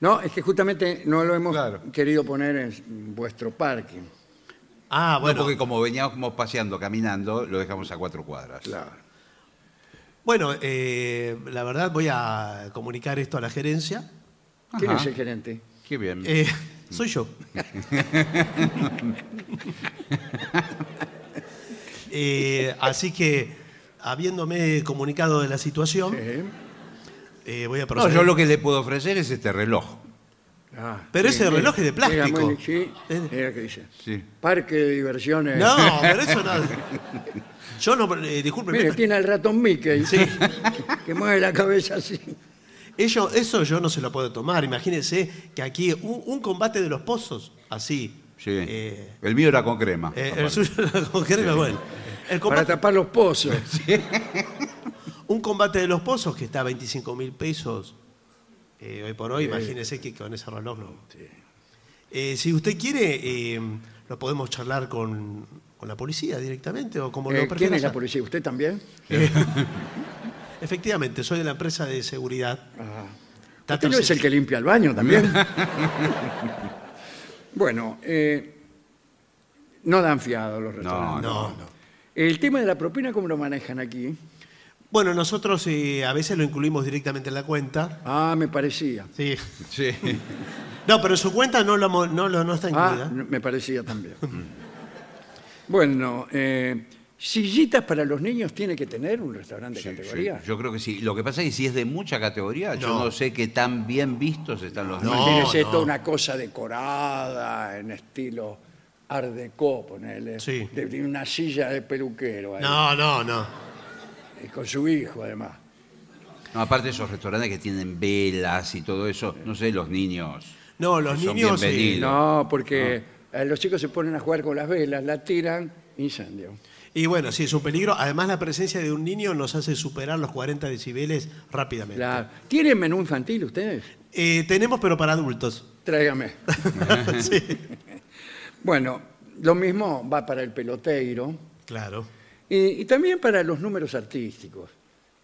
No, es que justamente no lo hemos Claro. querido poner en vuestro parking. Ah, No, bueno. porque como veníamos paseando, caminando, lo dejamos a cuatro cuadras. Claro. Bueno, eh, la verdad voy a comunicar esto a la gerencia. ¿Quién Ajá. es el gerente? Qué bien. Eh, soy yo. Eh, así que, habiéndome comunicado de la situación, Sí. eh, voy a no, proceder. yo lo que le puedo ofrecer es este reloj. Ah, Pero ese mira, reloj es de mira, plástico. muy- sí, Eh. mira que dice. Sí. Parque de diversiones. No, pero eso no. Yo no, eh, discúlpeme, Mire, tiene al ratón Mickey. Sí. Que mueve la cabeza así. ello- eso yo no se lo puedo tomar. Imagínense que aquí un, un combate de los pozos, así. Sí. Eh, el mío era con crema. eh, el aparte. suyo, con crema, bueno. Para El combate- tapar los pozos. Un combate de los pozos que está a 25 mil pesos eh, hoy por hoy, imagínese que con ese reloj no. Eh, si usted quiere, eh, lo podemos charlar con, con la policía directamente o como Eh, lo ¿Quién prefiera. es la policía? ¿Usted también? Efectivamente, soy de la empresa de seguridad. ¿Usted Está Este no es tercer- el que limpia el baño también? bueno, eh, no dan fiado los restaurantes. No, no. El tema de la propina, ¿cómo lo manejan aquí? Bueno, nosotros eh, a veces lo incluimos directamente en la cuenta. Ah, me parecía. Sí. Sí. No, pero su cuenta no, lo, mo- no, lo- no está Ah, incluida. me parecía también. bueno, eh, sillitas para los niños tiene que tener un restaurante Sí, de sí, categoría. yo creo que sí. Lo que pasa es que si es de mucha categoría, yo No. no sé qué tan bien vistos están los No. niños. Imagínese no. toda una cosa decorada en estilo art deco, ponele. Sí. De, de una silla de peluquero ahí, No, no, no. y con su hijo además. No, aparte de esos restaurantes que tienen velas y todo eso, no sé, los niños. No, los Son niños. eh, sí. bienvenidos. No, porque Ah. eh, los chicos se ponen a jugar con las velas, la tiran, incendio. Y bueno, sí, es un peligro. Además, la presencia de un niño nos hace superar los 40 decibeles Este. rápidamente. La- ¿Tienen menú infantil ustedes? Eh, tenemos, pero para adultos. Tráigame. Sí. Bueno, lo mismo va para el peloteiro Claro. y, y también para los números artísticos.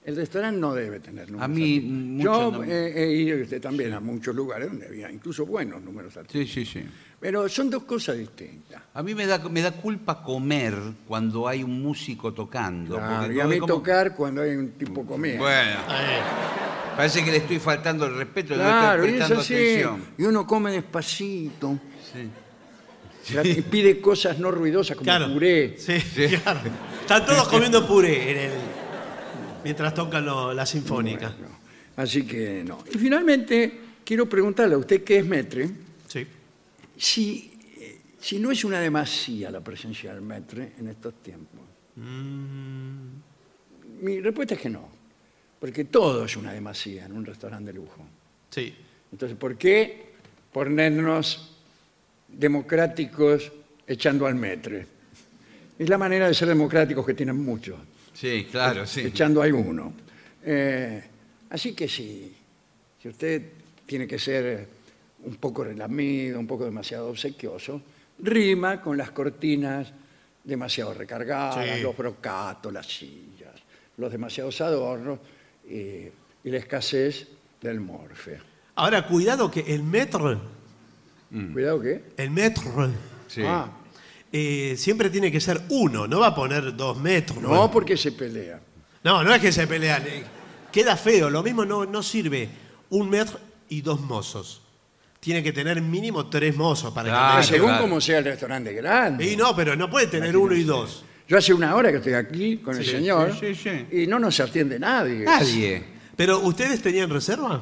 El restaurante no debe tener números A mí, artísticos. mucho Yo no- eh, he ido y usted también a muchos lugares donde había incluso buenos números artísticos. Sí, sí, sí. Pero son dos cosas distintas. A mí me da, me da culpa comer cuando hay un músico tocando. porque y a no- mí como- tocar cuando hay un tipo comiendo. Bueno, Ahí. parece que le estoy faltando el respeto, claro, no y estoy es prestando así. atención. Y uno come despacito. Sí. Trata- Y pide cosas no ruidosas como Claro. puré. Sí, claro. Están todos comiendo puré en el- mientras tocan lo- la sinfónica. Bueno, así que no. Y finalmente, quiero preguntarle a usted que es metre, Sí. si, eh, si no es una demasía la presencia del metre en estos tiempos. Mm, Mi respuesta es que no, porque todo es una demasía en un restaurante de lujo. Sí. Entonces, ¿por qué ponernos democráticos echando al metre? Es la manera de ser democráticos que tienen muchos. Sí, claro, sí. echando alguno. Eh, así que sí, si usted tiene que ser un poco relamido, un poco demasiado obsequioso, rima con las cortinas demasiado recargadas, Sí. los brocatos, las sillas, los demasiados adornos eh, y la escasez del morfe. Ahora, cuidado que el metro, Cuidado que... el metro, Mm. sí. Ah, eh, siempre tiene que ser uno, no va a poner dos metros. no porque se pelea. No, no es que se pelean. eh, Queda feo. Lo mismo no, no sirve un metro y dos mozos. Tiene que tener mínimo tres mozos para que Ah, Pero tenga- según claro. como sea el restaurante grande. Y no, pero no puede tener uno y dos. Yo hace una hora que estoy aquí con el Sí, señor sí, sí, y no nos atiende nadie. Nadie. ¿Pero ustedes tenían reserva?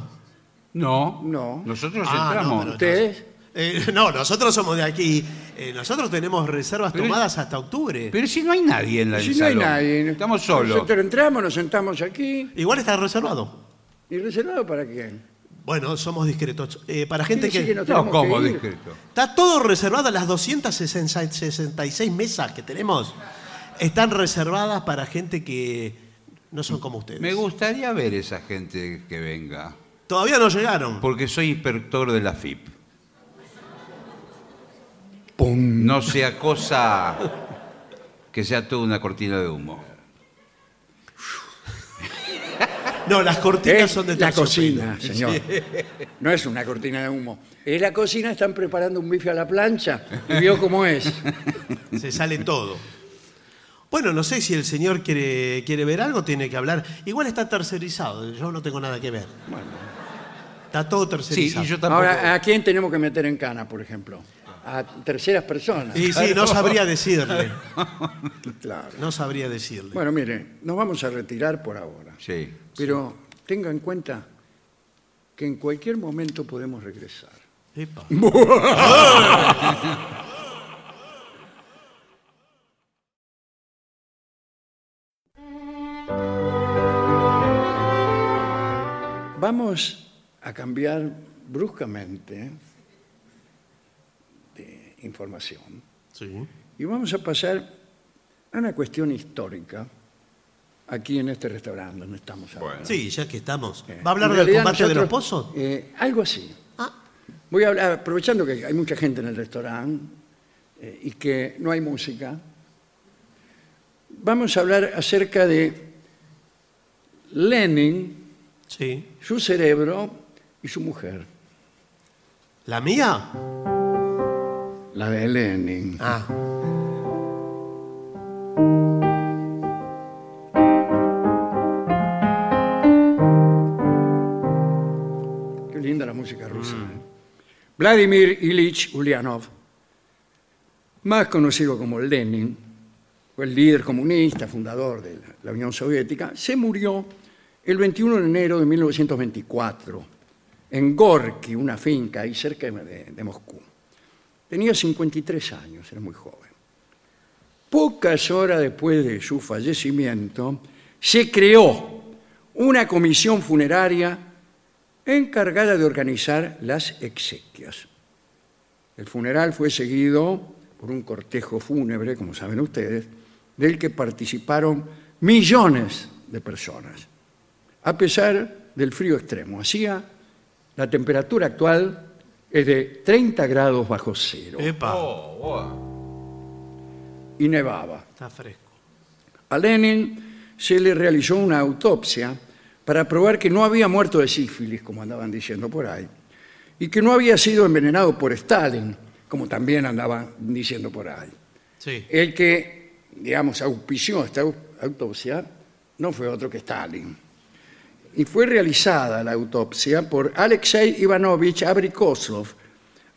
No. No. Nosotros Ah, no, entramos. pero- ¿Ustedes? Eh, no, nosotros somos de aquí. Eh, nosotros tenemos reservas Pero- tomadas hasta octubre. Pero si no hay nadie en la Si del no hay salón. nadie. Estamos solos. Nosotros entramos, nos sentamos aquí. Igual está reservado. ¿Y reservado para quién? Bueno, somos discretos. Eh, para gente Quiere que... decir nos No, tenemos como que ir. discreto. Está todo reservado. Las 266 mesas que tenemos están reservadas para gente que no son como ustedes. Me gustaría ver esa gente que venga, Todavía no llegaron. porque soy inspector de la FIP. Pum. No sea cosa que sea toda una cortina de humo. No, las cortinas Es son de la terciopelo. cocina, señor. No es una cortina de humo. Es la cocina, están preparando un bife a la plancha. Y vio cómo es. Se sale todo. Bueno, no sé si el señor quiere, quiere ver algo, tiene que hablar. Igual está tercerizado, yo no tengo nada que ver. Está todo Sí, tercerizado. y yo tampoco. Ahora, ah, ¿a quién tenemos que meter en cana, por ejemplo? A terceras personas. Y sí, no sabría decirle. Claro. No sabría decirle. Bueno, mire, nos vamos a retirar por ahora. Sí. Pero tenga en cuenta que en cualquier momento podemos regresar. Epa. Vamos a cambiar bruscamente de información Sí. y vamos a pasar a una cuestión histórica aquí en este restaurante donde estamos ahora. Sí, ya que estamos. ¿Va a Eh. En hablar del realidad combate de los nosotros, pozos? eh, algo así. Ah, Voy a hablar, aprovechando que hay mucha gente en el restaurante eh, y que no hay música, vamos a hablar acerca de Lenin, sí. su cerebro y su mujer. ¿La mía? La de Lenin. Ah. Qué linda la música rusa. ¿eh? Vladimir Ilich Ulyanov, más conocido como Lenin, fue el líder comunista, fundador de la, la Unión Soviética, se murió el 21 de enero de 1924 en Gorky, una finca ahí cerca de, de Moscú. Tenía 53 años, era muy joven. Pocas horas después de su fallecimiento, se creó una comisión funeraria encargada de organizar las exequias. El funeral fue seguido por un cortejo fúnebre, como saben ustedes, del que participaron millones de personas, a pesar del frío extremo. Hacía la temperatura actual es de 30 grados bajo cero Epa, Oh. y nevaba. está fresco. A Lenin se le realizó una autopsia para probar que no había muerto de sífilis, como andaban diciendo por ahí, y que no había sido envenenado por Stalin, como también andaban diciendo por ahí. Sí. El que, digamos, auspició esta au- autopsia no fue otro que Stalin. Y fue realizada la autopsia por Alexei Ivanovich Abrikosov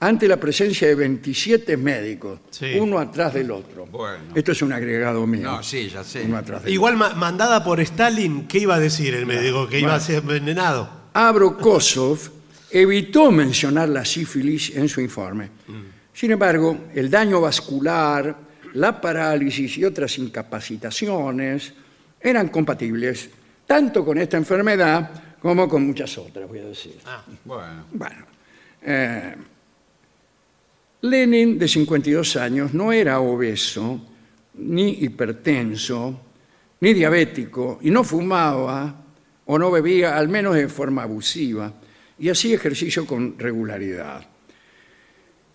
ante la presencia de 27 médicos, Sí. uno atrás del otro. Bueno. Esto es un agregado mío. No, sí, ya sé. Uno atrás del Igual ma- mandada por Stalin, ¿qué iba a decir el médico? Que iba a ser envenenado. Abrokosov evitó mencionar la sífilis en su informe. Sin embargo, el daño vascular, la parálisis y otras incapacitaciones eran compatibles tanto con esta enfermedad como con muchas otras, voy a decir. Bueno. Bueno, eh, Lenin, de 52 años, no era obeso, ni hipertenso, ni diabético, y no fumaba o no bebía, al menos de forma abusiva, y hacía ejercicio con regularidad.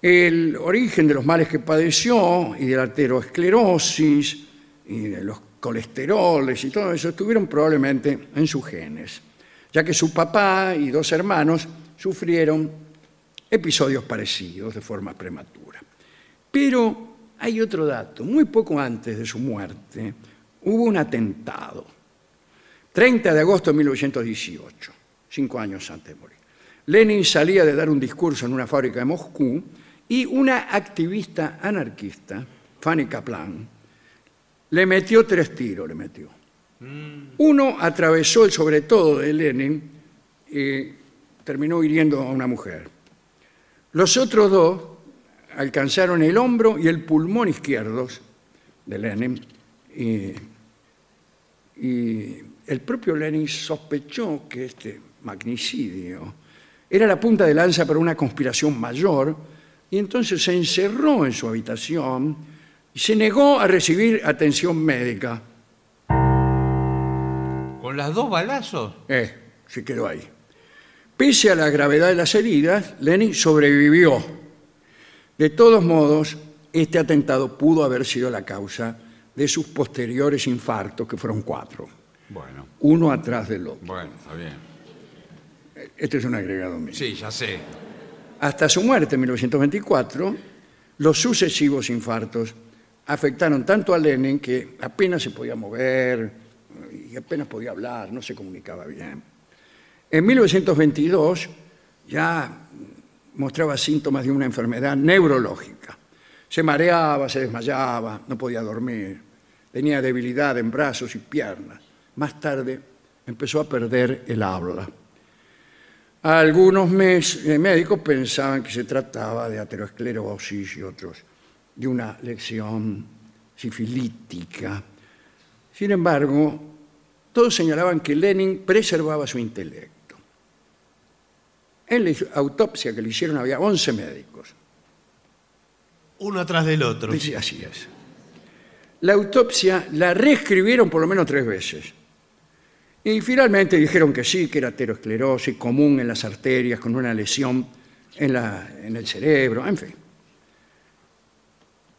El origen de los males que padeció y de la aterosclerosis y de los colesteroles y todo eso estuvieron probablemente en sus genes, ya que su papá y dos hermanos sufrieron episodios parecidos de forma prematura. Pero hay otro dato, muy poco antes de su muerte hubo un atentado, 30 de agosto de 1918, cinco años antes de morir. Lenin salía de dar un discurso en una fábrica de Moscú y una activista anarquista, Fanny Kaplan, le metió tres tiros, le metió. Uno atravesó el sobre todo de Lenin y terminó hiriendo a una mujer. Los otros dos alcanzaron el hombro y el pulmón izquierdos de Lenin y, y el propio Lenin sospechó que este magnicidio era la punta de lanza para una conspiración mayor y entonces se encerró en su habitación y se negó a recibir atención médica. ¿Con las dos balazos? Eh, se quedó ahí. Pese a la gravedad de las heridas, Lenin sobrevivió. De todos modos, este atentado pudo haber sido la causa de sus posteriores infartos, que fueron cuatro, Bueno. uno atrás del otro. Bueno, está bien. Este es un agregado mío. Sí, ya sé. Hasta su muerte en 1924, los sucesivos infartos afectaron tanto a Lenin que apenas se podía mover y apenas podía hablar, no se comunicaba bien. En 1922 ya mostraba síntomas de una enfermedad neurológica. Se mareaba, se desmayaba, no podía dormir, tenía debilidad en brazos y piernas. Más tarde empezó a perder el habla. Algunos mes- eh, médicos pensaban que se trataba de aterosclerosis y otros de una lesión sifilítica. Sin embargo, todos señalaban que Lenin preservaba su intelecto. En la autopsia que le hicieron había 11 médicos. Uno atrás del otro. Dice, así es. La autopsia la reescribieron por lo menos tres veces. Y finalmente dijeron que sí, que era aterosclerosis común en las arterias, con una lesión en, la- en el cerebro, en fin.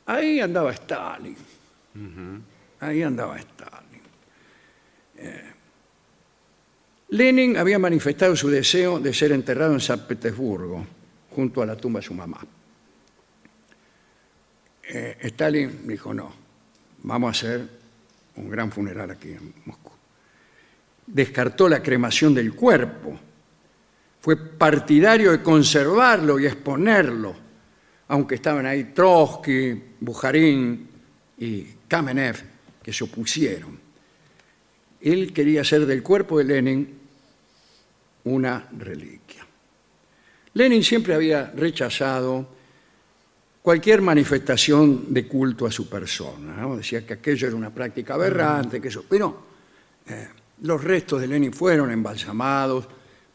Ahí andaba Stalin. Ahí andaba Stalin. Eh, Lenin había manifestado su deseo de ser enterrado en San Petersburgo, junto a la tumba de su mamá. Eh, Stalin dijo, no, vamos a hacer un gran funeral aquí en Moscú. Descartó la cremación del cuerpo. Fue partidario de conservarlo y exponerlo, aunque estaban ahí Trotsky, Bujarín, y Kamenev, que se opusieron. Él quería hacer del cuerpo de Lenin una reliquia. Lenin siempre había rechazado cualquier manifestación de culto a su persona. ¿no? Decía que aquello era una práctica aberrante, que eso. Pero eh, los restos de Lenin fueron embalsamados,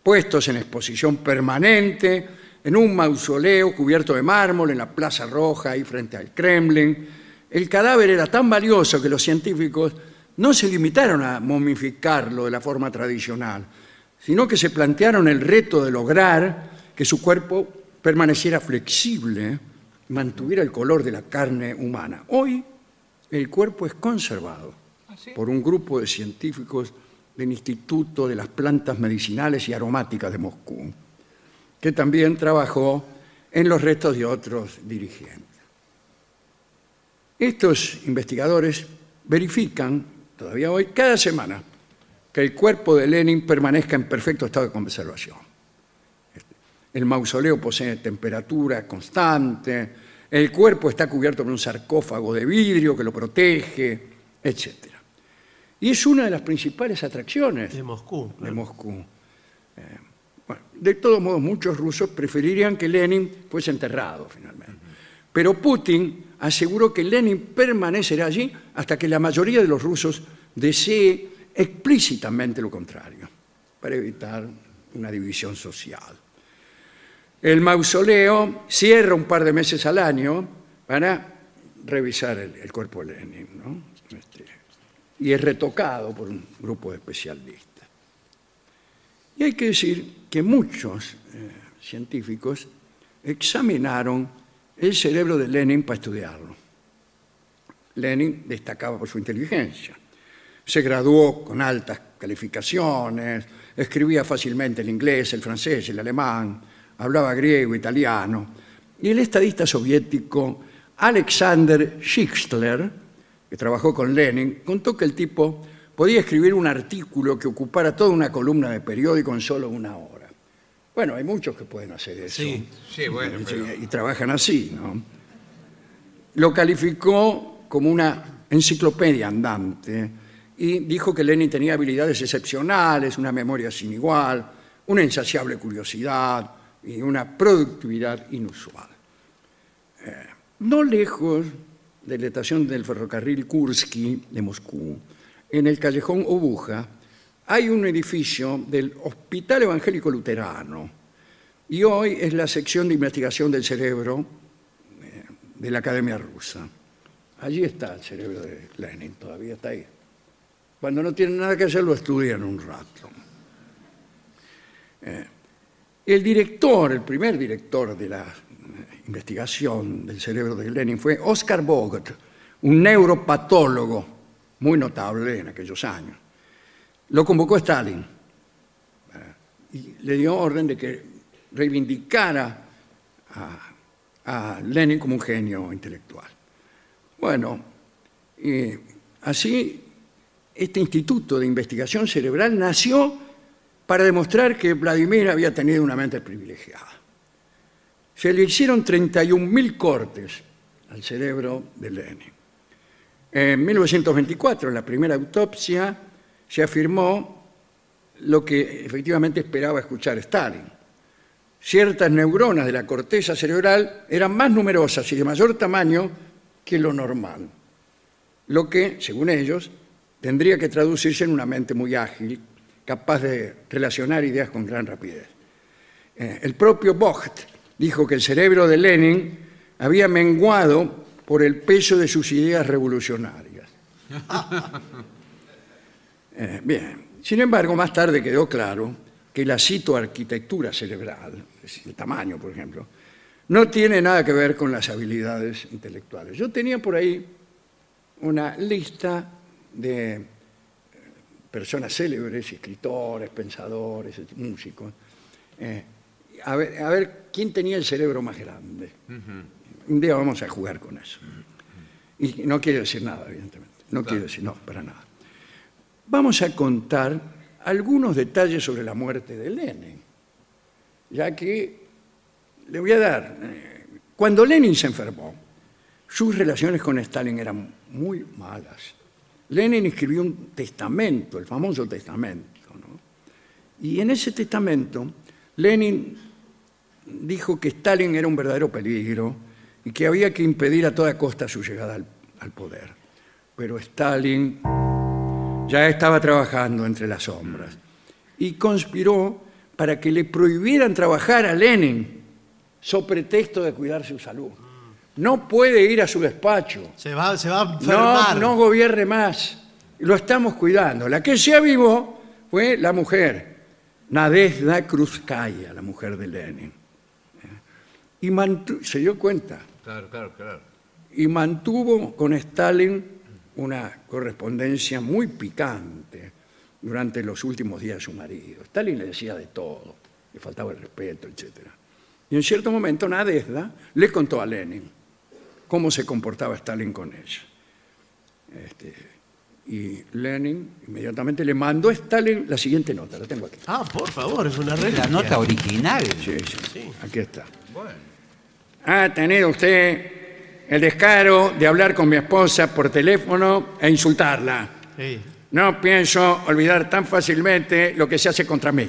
puestos en exposición permanente, en un mausoleo cubierto de mármol en la Plaza Roja, ahí frente al Kremlin. El cadáver era tan valioso que los científicos no se limitaron a momificarlo de la forma tradicional, sino que se plantearon el reto de lograr que su cuerpo permaneciera flexible, mantuviera el color de la carne humana. Hoy el cuerpo es conservado por un grupo de científicos del Instituto de las Plantas Medicinales y Aromáticas de Moscú, que también trabajó en los restos de otros dirigentes. Estos investigadores verifican, todavía hoy, cada semana, que el cuerpo de Lenin permanezca en perfecto estado de conservación. El mausoleo posee temperatura constante, el cuerpo está cubierto por un sarcófago de vidrio que lo protege, etc. Y es una de las principales atracciones De Moscú. de Moscú. Eh, bueno, de todos modos, muchos rusos preferirían que Lenin fuese enterrado finalmente. Pero Putin aseguró que Lenin permanecerá allí hasta que la mayoría de los rusos desee explícitamente lo contrario, para evitar una división social. El mausoleo cierra un par de meses al año para revisar el, el cuerpo de Lenin, ¿no? Este, y es retocado por un grupo de especialistas. Y hay que decir que muchos eh, científicos examinaron el cerebro de Lenin para estudiarlo. Lenin destacaba por su inteligencia. Se graduó con altas calificaciones, escribía fácilmente el inglés, el francés, el alemán, hablaba griego, italiano. Y el estadista soviético Alexander Schichtler, que trabajó con Lenin, contó que el tipo podía escribir un artículo que ocupara toda una columna de periódico en solo una hora. Bueno, hay muchos que pueden hacer eso. Sí. Sí, bueno, Y- pero- y, trabajan así, ¿no? Lo calificó como una enciclopedia andante y dijo que Lenin tenía habilidades excepcionales, una memoria sin igual, una insaciable curiosidad y una productividad inusual. Eh, no lejos de la estación del ferrocarril Kursky de Moscú, en el callejón Obuja, hay un edificio del Hospital Evangélico Luterano, y hoy es la sección de investigación del cerebro eh, de la Academia Rusa. Allí está el cerebro de Lenin, todavía está ahí. Cuando no tienen nada que hacer, lo estudian un rato. Eh, el director, el primer director de la eh, investigación del cerebro de Lenin fue Oscar Bogot, un neuropatólogo muy notable en aquellos años. Lo convocó Stalin y le dio orden de que reivindicara a, a Lenin como un genio intelectual. Bueno, eh, así este Instituto de Investigación Cerebral nació para demostrar que Vladimir había tenido una mente privilegiada. Se le hicieron 31.000 cortes al cerebro de Lenin. En 1924, en la primera autopsia, se afirmó lo que efectivamente esperaba escuchar Stalin. Ciertas neuronas de la corteza cerebral eran más numerosas y de mayor tamaño que lo normal, lo que, según ellos, tendría que traducirse en una mente muy ágil, capaz de relacionar ideas con gran rapidez. Eh, el propio Bocht dijo que el cerebro de Lenin había menguado por el peso de sus ideas revolucionarias. Eh, bien, sin embargo, más tarde quedó claro que la citoarquitectura cerebral, es decir, el tamaño, por ejemplo, no tiene nada que ver con las habilidades intelectuales. Yo tenía por ahí una lista de eh, personas célebres, escritores, pensadores, et- músicos. eh, a, ver, a ver quién tenía el cerebro más grande. Un día vamos a jugar con eso. Y no quiero decir nada, evidentemente. No quiero decir, no, para nada. Vamos a contar algunos detalles sobre la muerte de Lenin, ya que le voy a dar. eh, Cuando Lenin se enfermó, Sus relaciones con Stalin eran muy malas. Lenin escribió un testamento, el famoso testamento. ¿no? Y en ese testamento, Lenin dijo que Stalin era un verdadero peligro y que había que impedir a toda costa su llegada al, al poder. Pero Stalin ya estaba trabajando entre las sombras y conspiró para que le prohibieran trabajar a Lenin, so pretexto de cuidar su salud. No puede ir a su despacho. Se va, se va a No, enfermar. no gobierne más. Lo estamos cuidando. La que se avivó fue la mujer, Nadezhda Kruzskaya, la mujer de Lenin. ¿Eh? Y mantu- se dio cuenta Claro, claro, claro. y mantuvo con Stalin una correspondencia muy picante durante los últimos días de su marido. Stalin le decía de todo, le faltaba el respeto, etc. Y en cierto momento Nadezhda le contó a Lenin cómo se comportaba Stalin con ella. Este, y Lenin inmediatamente le mandó a Stalin la siguiente nota, la tengo aquí. Ah, por favor, es una regla. La nota original. Sí, sí, Aquí está. Ha tenido usted el descaro de hablar con mi esposa por teléfono e insultarla. Sí. No pienso olvidar tan fácilmente lo que se hace contra mí.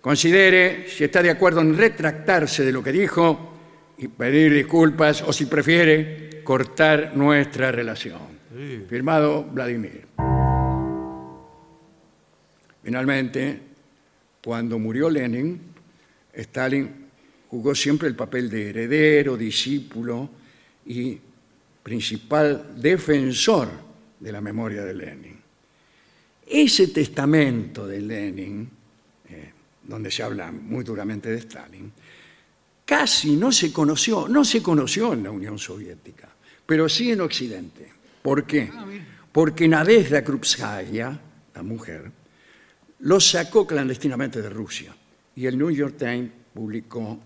Considere si está de acuerdo en retractarse de lo que dijo y pedir disculpas o si prefiere cortar nuestra relación. Firmado Vladimir. Finalmente, cuando murió Lenin, Stalin jugó siempre el papel de heredero, discípulo y principal defensor de la memoria de Lenin. Ese testamento de Lenin, eh, donde se habla muy duramente de Stalin, casi no se conoció, no se conoció en la Unión Soviética, pero sí en Occidente. ¿Por qué? Porque Nadezhda Krupskaya, la mujer, lo sacó clandestinamente de Rusia y el New York Times publicó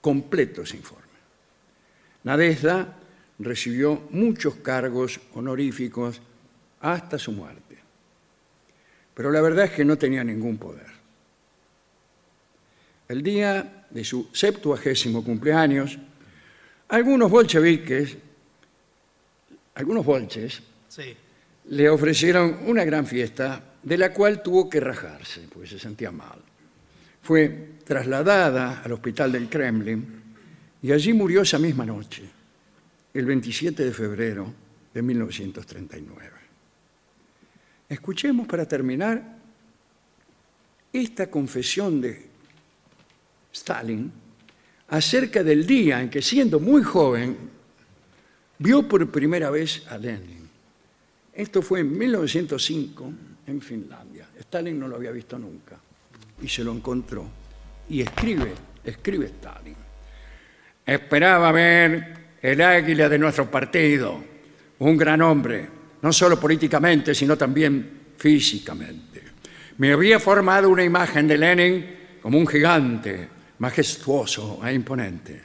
completo ese informe. Nadezhda recibió muchos cargos honoríficos hasta su muerte, pero la verdad es que no tenía ningún poder. El día de su septuagésimo cumpleaños, algunos bolcheviques, algunos bolches, Sí. le ofrecieron una gran fiesta de la cual tuvo que rajarse, pues se sentía mal. Fue trasladada al hospital del Kremlin y allí murió esa misma noche, el 27 de febrero de 1939. Escuchemos para terminar esta confesión de Stalin acerca del día en que siendo muy joven vio por primera vez a Lenin. Esto fue en 1905 en Finlandia. Stalin no lo había visto nunca y se lo encontró. Y escribe, escribe Stalin. Esperaba ver el águila de nuestro partido, un gran hombre, no solo políticamente, sino también físicamente. Me había formado una imagen de Lenin como un gigante, majestuoso e imponente.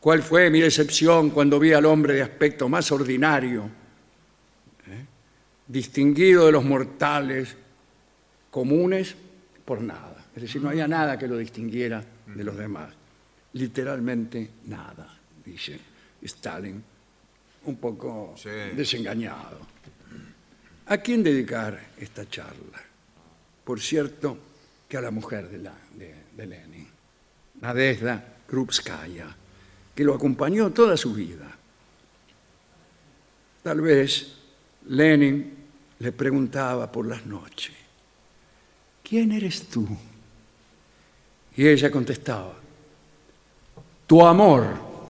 ¿Cuál fue mi decepción cuando vi al hombre de aspecto más ordinario distinguido de los mortales comunes por nada. Es decir, no había nada que lo distinguiera de los demás. Literalmente nada, dice Stalin, un poco Sí. desengañado. ¿A quién dedicar esta charla? Por cierto, que a la mujer de, la, de, de Lenin, Nadezhda Krupskaya, que lo acompañó toda su vida. Tal vez Lenin le preguntaba por las noches, ¿quién eres tú? Y ella contestaba, tu amor.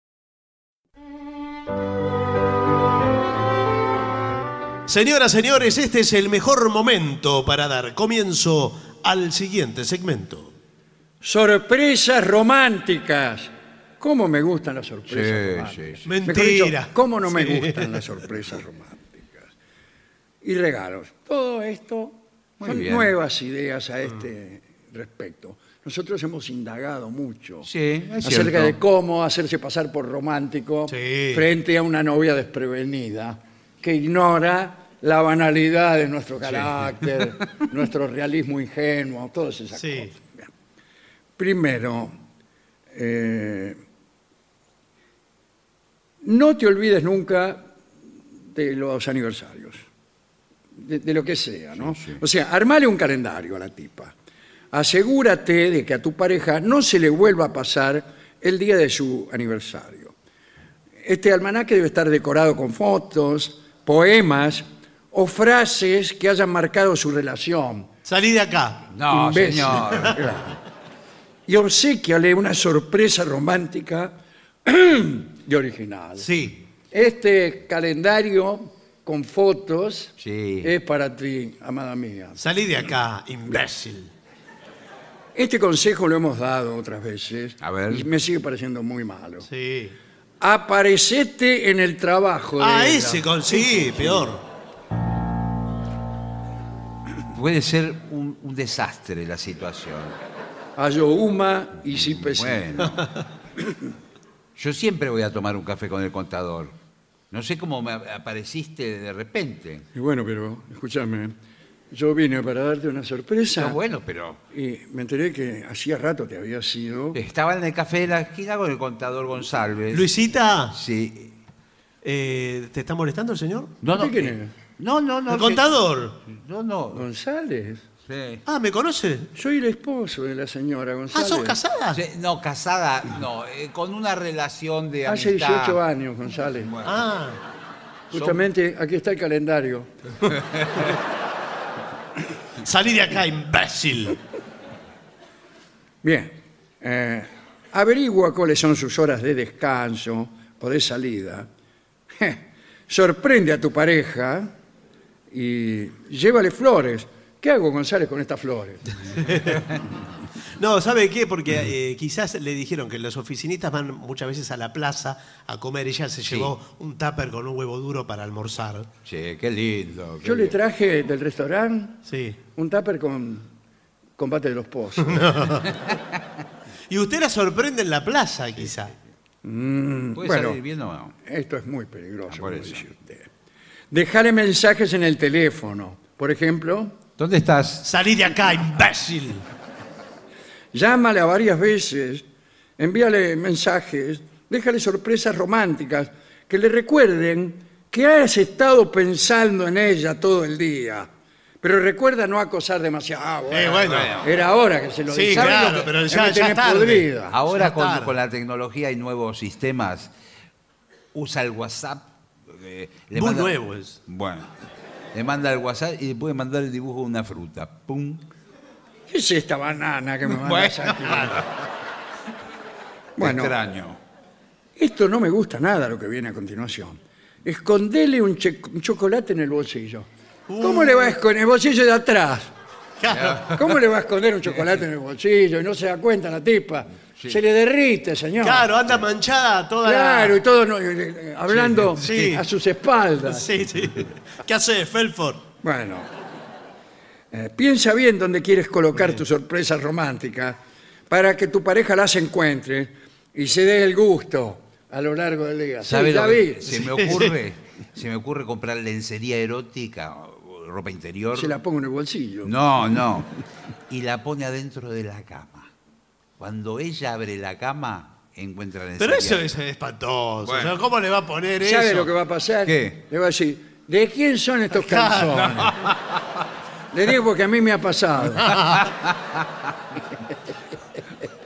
Señoras, señores, este es el mejor momento para dar comienzo al siguiente segmento. Sorpresas románticas. ¿Cómo me gustan las sorpresas Sí, románticas? sí, sí. Mejor Mentira. dicho, ¿Cómo no me Sí. gustan las sorpresas románticas? Y regalos. Todo esto Muy son bien. nuevas ideas a este respecto. Nosotros hemos indagado mucho Sí, es acerca cierto. de cómo hacerse pasar por romántico Sí. frente a una novia desprevenida que ignora la banalidad de nuestro carácter, nuestro realismo ingenuo, todas esas Sí. cosas. Bien. Primero, eh, No te olvides nunca de los aniversarios, de, de lo que sea, ¿no? O sea, armale un calendario a la tipa. Asegúrate de que a tu pareja no se le vuelva a pasar el día de su aniversario. Este almanaque debe estar decorado con fotos, poemas o frases que hayan marcado su relación. Salí de acá. No, Imbécil. señor. Claro. Y obsequiale una sorpresa romántica y original. Sí. Este calendario con fotos Sí. es para ti, amada mía. Salí de acá, imbécil. Este consejo lo hemos dado otras veces. A ver. Y me sigue pareciendo muy malo. Sí. Aparecete en el trabajo. de Ah, ella. ese con sí, peor. Puede ser un, un desastre la situación. Ayohuma y Sipesi. Bueno. Yo siempre voy a tomar un café con el contador. No sé cómo me ap- apareciste de repente. Y bueno, pero escúchame. Yo vine para darte una sorpresa. Está bueno, pero Y me enteré que hacía rato te había sido. estaba en el café de la esquina con el contador González. Luisita, Sí. eh, ¿te está molestando el señor? No, no. ¿Usted quién es? No, no, no. el que- contador. No, no. González. Sí. Ah, ¿me conoce? Soy el esposo de la señora González. Ah, ¿sos casada? Sí, No, casada, no. eh, con una relación de Hace amistad. 18 años, González. Ah, Justamente aquí está el calendario. salí de acá, imbécil. Bien. eh, averigua cuáles son sus horas de descanso o de salida. Sorprende a tu pareja y llévale flores. ¿Qué hago, González, con estas flores? No, ¿sabe qué? Porque eh, quizás le dijeron que los oficinistas van muchas veces a la plaza a comer. Ella se llevó un tupper con un huevo duro para almorzar. Che, qué lindo. qué Yo le bien. traje del restaurante Sí. un tupper con combate de los pozos. Y usted la sorprende en la plaza, quizá. ¿Puede Mm, Bueno. salir bien o no? Esto es muy peligroso, Ah, por como eso. dice usted. Dejarle mensajes en el teléfono. Por ejemplo, ¿Dónde estás? Salí de acá, imbécil. llámale a varias veces, envíale mensajes, déjale sorpresas románticas que le recuerden que has estado pensando en ella todo el día. Pero recuerda no acosar demasiado. Ah, bueno, Eh, bueno. Era ahora que se lo Sí, dije. ¿Sabe claro, lo que- pero lo ya- que ya tenés tarde. podrida? Ahora Ya con, tarde. con la tecnología y nuevos sistemas, usa el WhatsApp. eh, le Muy manda- nuevo es. Bueno. Le manda el WhatsApp y le puede mandar el dibujo de una fruta. Pum. ¿Qué es esta banana que me mandas Bueno. aquí? Bueno, Extraño. Esto no me gusta nada lo que viene a continuación. Escondele un, che- un chocolate en el bolsillo. Uh. ¿Cómo le va a esconder? En el bolsillo de atrás. Claro. ¿Cómo le va a esconder un chocolate en el bolsillo? Y no se da cuenta la tipa. Se le derrite, señor. Claro, anda manchada toda la- Claro, y todo no- eh, eh, hablando Sí. a sus espaldas. Sí, sí. ¿Qué hace, Felford? Bueno, eh, piensa bien dónde quieres colocar tu sorpresa romántica para que tu pareja las encuentre y se dé el gusto a lo largo del día. Sí, ¿Sabe ya lo que vi. se me ocurre? Se me ocurre comprar lencería erótica, o ropa interior. Se la pongo en el bolsillo. No, no. Y la pone adentro de la cama. Cuando ella abre la cama, encuentra lencería. Pero eso es espantoso. Bueno. O sea, ¿Cómo le va a poner eso? ¿Sabe lo que va a pasar? ¿Qué? Le va a decir, ¿de quién son estos Claro. calzones? Le digo porque a mí me ha pasado.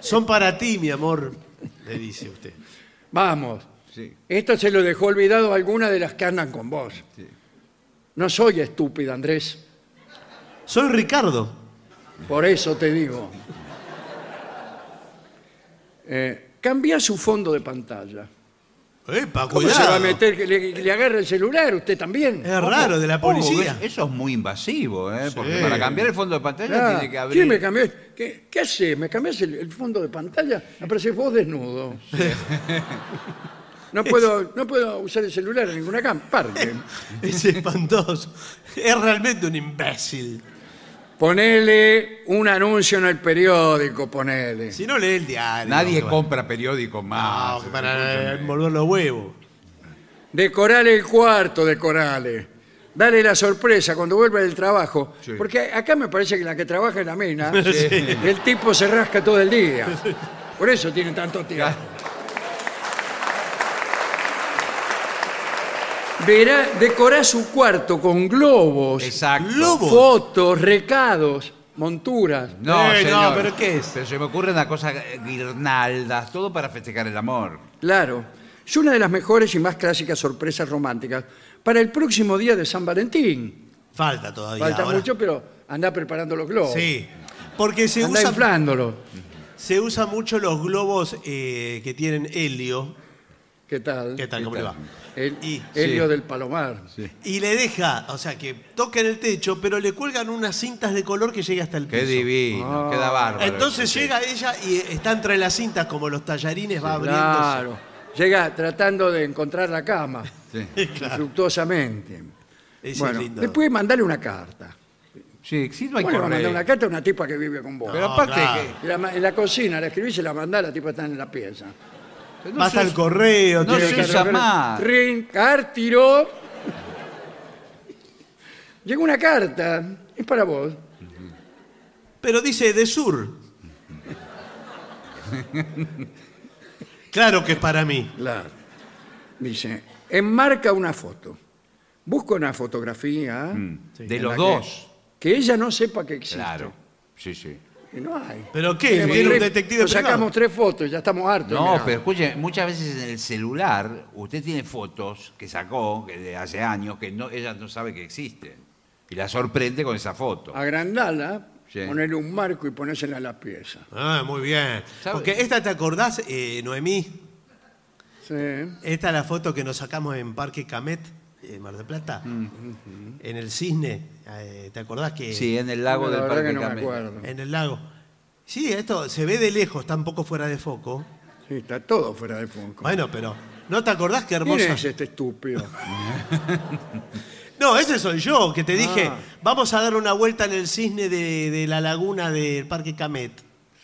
Son para ti, mi amor, le dice usted. Vamos, Sí. esto se lo dejó olvidado a alguna de las que andan con vos. No soy estúpida, Andrés. Soy Ricardo. Por eso te digo. Eh, cambia su fondo de pantalla. Epa, ¿Cómo se va a cuidado. meter? que Le, que le agarra el celular, usted también. Es raro, de la policía. Oh, eso es muy invasivo, ¿eh? Porque para cambiar el fondo de pantalla Ah, tiene que abrir. ¿Quién me cambió? ¿Qué, qué haces? ¿Me cambias el, el fondo de pantalla? Apareces vos desnudo. No puedo, no puedo usar el celular en ninguna cam- parte. Es espantoso. Es realmente un imbécil. Ponele un anuncio en el periódico, ponele. Si no lee el diario. Nadie Bueno. compra periódicos más. No, que para envolver los huevos. Decorale el cuarto, decorale. Dale la sorpresa cuando vuelva del trabajo. Porque acá me parece que la que trabaja es la mina. y El tipo se rasca todo el día. Por eso tiene tanto tiempo. verá, decorá su cuarto con globos, Exacto. Lobo. fotos, recados, monturas. No, Eh, no, señor. pero ¿qué es? Pero se me ocurre una cosa, eh, guirnaldas, todo para festejar el amor. Claro, es una de las mejores y más clásicas sorpresas románticas para el próximo día de San Valentín. Falta todavía. Falta ahora. mucho, pero anda preparando los globos. Sí. Porque se Anda usa, inflándolos. se usa mucho los globos eh, que tienen helio. ¿Qué tal? ¿Qué tal? ¿Cómo le va? El, Y- Helio sí. del Palomar. Y le deja, o sea, que toca en el techo, pero le cuelgan unas cintas de color que llega hasta el Qué piso. divino, Ah. queda bárbaro. Entonces Sí. llega ella y está entre las cintas como los tallarines, va abriéndose. Claro. Llega tratando de encontrar la cama, Sí. infructuosamente. Ese bueno, es lindo. después mandale una carta. Sí, sí, no hay ¿Cómo le va a mandar correo. una carta a una tipa que vive con vos? Pero No, aparte, claro. En la, ma- en la cocina, la escribís y la mandás, la tipa está en la pieza. que- no Va hasta se el correo, No tiene se que usa recoger- más. Rin, car, tiró. Llegó una carta, es para vos. Pero dice de sur. claro que es para mí. Claro. Dice, enmarca una foto. Busca una fotografía usa- Sí, De en los la dos. que ella no sepa que existe. Mm. Claro. Sí, sí. Y no hay. ¿Pero qué? ¿Tiene un Tres- detective nos privado? sacamos tres fotos y ya estamos hartos. No, mirá. pero escuche, muchas veces en el celular usted tiene fotos que sacó que de hace años que no, ella no sabe que existen. Y la sorprende con esa foto. Ah, Agrandala, Sí. ponerle un marco y ponérsela en la pieza. Ah, muy bien. ¿Sabe? Porque esta, ¿te acordás, eh, Noemí? Sí. Esta es la foto que nos sacamos en Parque Camet, en Mar del Plata, en el cisne. eh, ¿Te acordás que Mm. Sí, en el lago la del verdad Parque que no me Camel. acuerdo. en el lago? Sí, esto se ve de lejos, está un poco fuera de foco. Sí, está todo fuera de foco. Bueno, pero ¿no te acordás qué ¿Quién hermosa? es este estúpido? No, ese soy yo, que te dije, Ah. vamos a dar una vuelta en el cisne de, de la laguna del Parque Camet.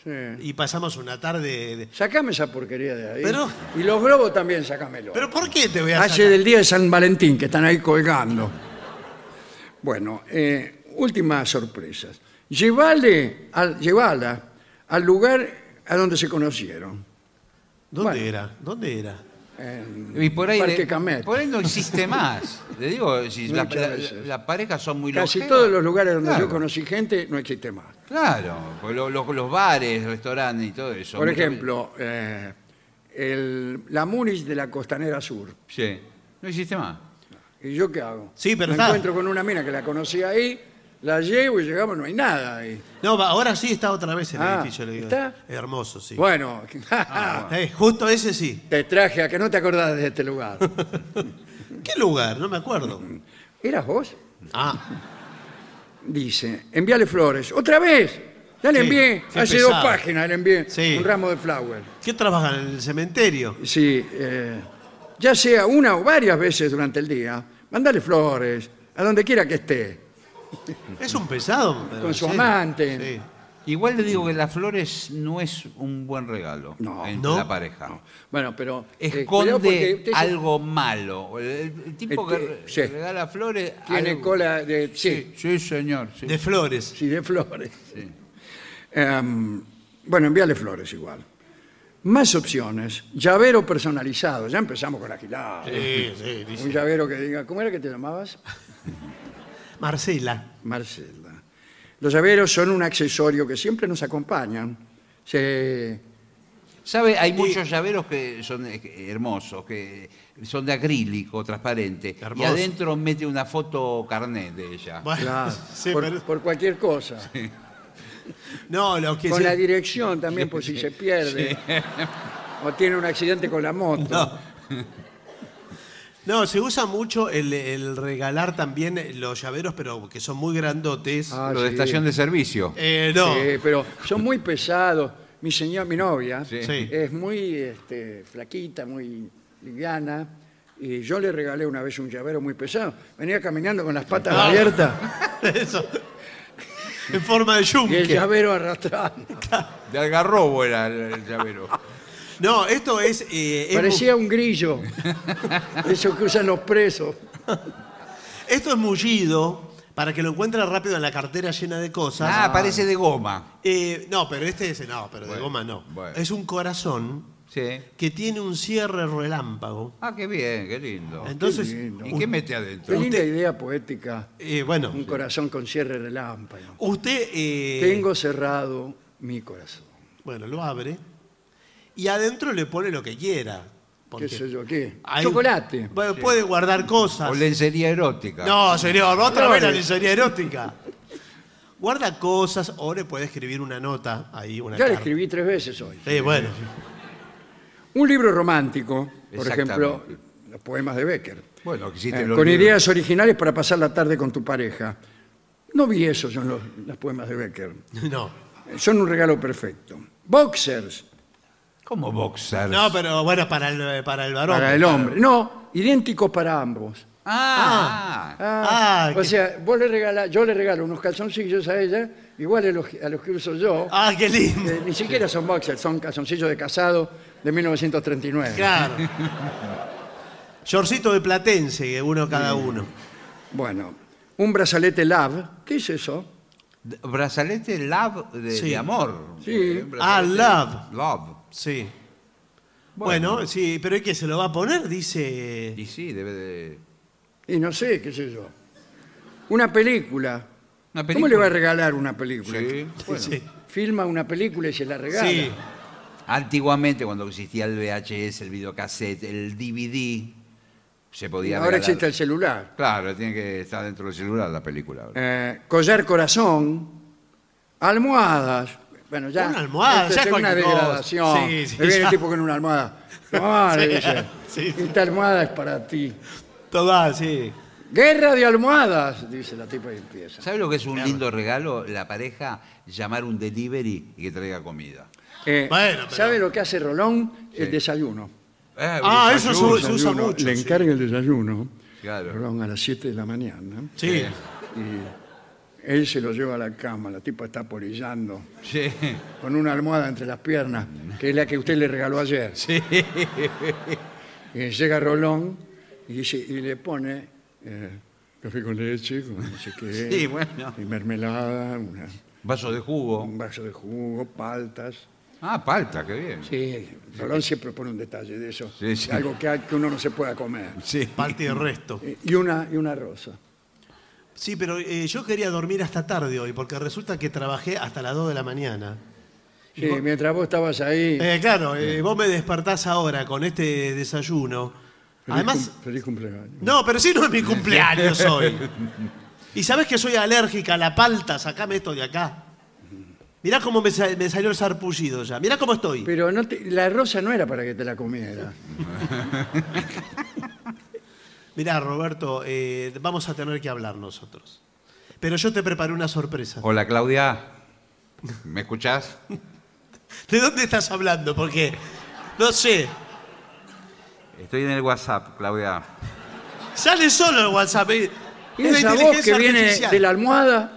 Sí. Y pasamos una tarde... de- Sacame esa porquería de ahí. Pero- Y los globos también, sacámelo. ¿Pero por qué te voy a Calle sacar? del Día de San Valentín, que están ahí colgando. Bueno, eh, últimas sorpresas. Llevale al, llevala al lugar a donde se conocieron. ¿Dónde Bueno. era? ¿Dónde era? En Y por ahí, Parque le- Camet. por ahí no existe más. Le digo, si las Muchas veces. la- las parejas son muy Casi longevas. todos los lugares donde Claro, yo conocí gente no existe más. Claro, porque lo- lo- los bares, restaurantes y todo eso. Por Muchas ejemplo, eh, el- la Múnich de la Costanera Sur. veces- Sí, no existe más. ¿Y yo qué hago? Sí, pero Me está. encuentro con una mina que la conocí ahí, la llevo y llegamos, no hay nada ahí. No, va, ahora sí está otra vez el Ah, edificio. le digo. ¿está? Hermoso, sí. Bueno, Eh, justo ese sí. te traje a que no te acordás de este lugar. ¿Qué lugar? No me acuerdo. ¿Eras vos? Ah, Dice, envíale flores. ¡Otra vez! Ya le Sí, envié, qué hace pesado. dos páginas le envié Sí. un ramo de flower. ¿qué trabajan en el cementerio? Sí, eh, ya sea una o varias veces durante el día, mandale flores, a donde quiera que esté. Es un pesado. pero Con su sí, amante. sí. Igual le digo que las flores no es un buen regalo No. entre No. la pareja. Bueno, pero... eh, cuidado porque Esconde usted se- algo malo. El, el tipo que Este, re- sí. regala flores. Tiene algo- cola de... sí. Sí, sí, señor. sí. De flores. Sí, de flores. Em, bueno, envíale flores igual. Más opciones. Llavero personalizado. Ya empezamos con la gilada. Sí, sí, dice. Un llavero que diga, ¿cómo era que te llamabas? Marcela. Marcela. Los llaveros son un accesorio que siempre nos acompañan. Se- ¿Sabe? Hay muchos llaveros que son eh, que- hermosos, que son de acrílico, transparente. Y Hermoso. Ah, adentro mete una foto carnet de ella. Bueno, claro, sí, por, pero- por cualquier cosa. No, lo que Con se- la dirección también, por si se pierde. O tiene un accidente con la moto. No. No, se usa mucho el, el regalar también los llaveros, pero que son muy grandotes. Ah, Lo de sí. estación de servicio. Eh, no. Sí, pero son muy pesados. Mi señora, mi novia, Sí. Sí. es muy este, flaquita, muy liviana. Y yo le regalé una vez un llavero muy pesado. Venía caminando con las patas Ah. abiertas Eso. En forma de y el yunque. llavero arrastrando. De algarrobo era el, el llavero. No, esto es. eh, es Parecía un grillo. Eso que usan los presos. mu- esto es mullido para que lo encuentres rápido en la cartera llena de cosas. Ah, parece de goma. Eh, no, pero este es. No, pero de goma no. bueno. Es un corazón Sí. que tiene un cierre relámpago. Ah, qué bien, Oh, qué lindo. Entonces, qué lindo. ¿Y qué mete adentro? Qué linda idea poética. eh, bueno, Un corazón con cierre relámpago. usted eh, Tengo cerrado mi corazón. bueno, lo abre y adentro le pone lo que quiera. porque ¿Qué sé yo qué? hay- Chocolate. Bueno, puede guardar cosas. O lencería erótica. No, señor, otra vez Flores. la lencería erótica. Guarda cosas o le puede escribir una nota ahí, una Ya le carta. escribí tres veces hoy. Sí, bueno. Un libro romántico, por ejemplo, Exactamente. los poemas de Becker. Bueno, que hiciste Eh, los con libros. ideas originales para pasar la tarde con tu pareja. No vi eso en los, los poemas de Becker. No. Eh, Son un regalo perfecto. Boxers, Como boxer. No, pero bueno, para el, para el varón. para el hombre. No, idénticos para ambos. Ah, Ah, o qué- sea, vos le regala- yo le regalo unos calzoncillos a ella, igual a los, a los que uso yo. Ah, qué lindo. Eh, ni siquiera son boxers, son calzoncillos de casado de 1939. Claro. Shortcito de Platense, que uno cada uno. Bueno, un brazalete Lab. ¿Qué es eso? D- brazalete love de, Sí. de amor. Sí. Eh, brazalete Ah, love. Love. Sí. Bueno, sí, pero es que se lo va a poner, dice. Y sí, debe de... Y no sé, qué sé yo. Una película. Una ¿Cómo película. le va a regalar una película? Sí, bueno. Sí. Filma una película y se la regala. Sí. Antiguamente, cuando existía el VHS, el videocassette, el DVD, se podía Ahora regalar. existe el celular. Claro, tiene que estar dentro del celular la película. ahora. Eh, collar corazón. Almohadas. Bueno, ya. Una almohada, esto ya es es una cualquier cosa. degradación. Sí, sí, Le viene ya. el tipo con una almohada. Tomá, le Sí, dice, sí, sí. Esta almohada es para ti. Tomá, sí. Guerra de almohadas, dice la tipa y empieza. ¿Sabe lo que es un lindo regalo? La pareja llamar un delivery y que traiga comida. Eh, Bueno, pero- ¿Sabe lo que hace Rolón? El desayuno. Eh, Ah, un eso es desayuno. Se usa Desayuno, mucho, Le sí. encarga el desayuno. Claro. Rolón a las 7 de la mañana. Sí. Eh, Él se lo lleva a la cama, la tipa está polillando Sí. con una almohada entre las piernas, que es la que usted le regaló ayer. Y llega Rolón y, dice- y le pone eh, café con leche, con no sé qué, Sí, bueno. y mermelada, una- Vaso de jugo. un vaso de jugo, paltas. Ah, palta, qué bien. Sí, Rolón siempre pone un detalle de eso, Sí, sí. algo que, hay- que uno no se pueda comer. Sí. Parte del resto. Y una, y una rosa. Sí, pero eh, yo quería dormir hasta tarde hoy, porque resulta que trabajé hasta las 2 de la mañana. Sí, mientras vos estabas ahí, Eh, claro, eh, vos me despertás ahora con este desayuno. feliz Además, cum- feliz cumpleaños. no, pero sí no es mi cumpleaños hoy. Y sabés que soy alérgica a la palta, sacame esto de acá. Mirá cómo me, sa- me salió el sarpullido ya. Mirá cómo estoy. Pero no te- la rosa no era para que te la comiera. Mirá, Roberto, eh, vamos a tener que hablar nosotros. Pero yo te preparé una sorpresa. Hola, Claudia. ¿Me escuchás? ¿De dónde estás hablando? Porque no sé. Estoy en el WhatsApp, Claudia. Sale solo el WhatsApp. eh. Y Es la esa voz que inteligencia viene artificial. de la almohada,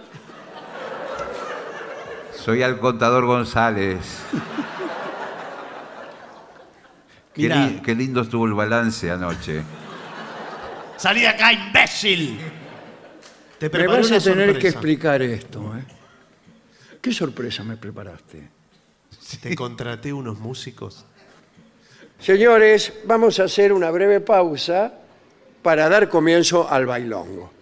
Soy al contador González. Qué, Mirá. li- qué lindo estuvo el balance anoche. Salí de acá, imbécil. Te me preparé vas una a tener sorpresa. que explicar esto. ¿eh? ¿Qué sorpresa me preparaste? Te contraté unos músicos. Señores, vamos a hacer una breve pausa para dar comienzo al bailongo.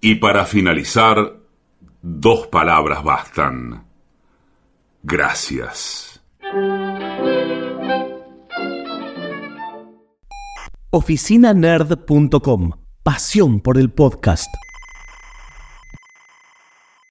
Y para finalizar, dos palabras bastan. Gracias. oficinanerd.com. Pasión por el podcast.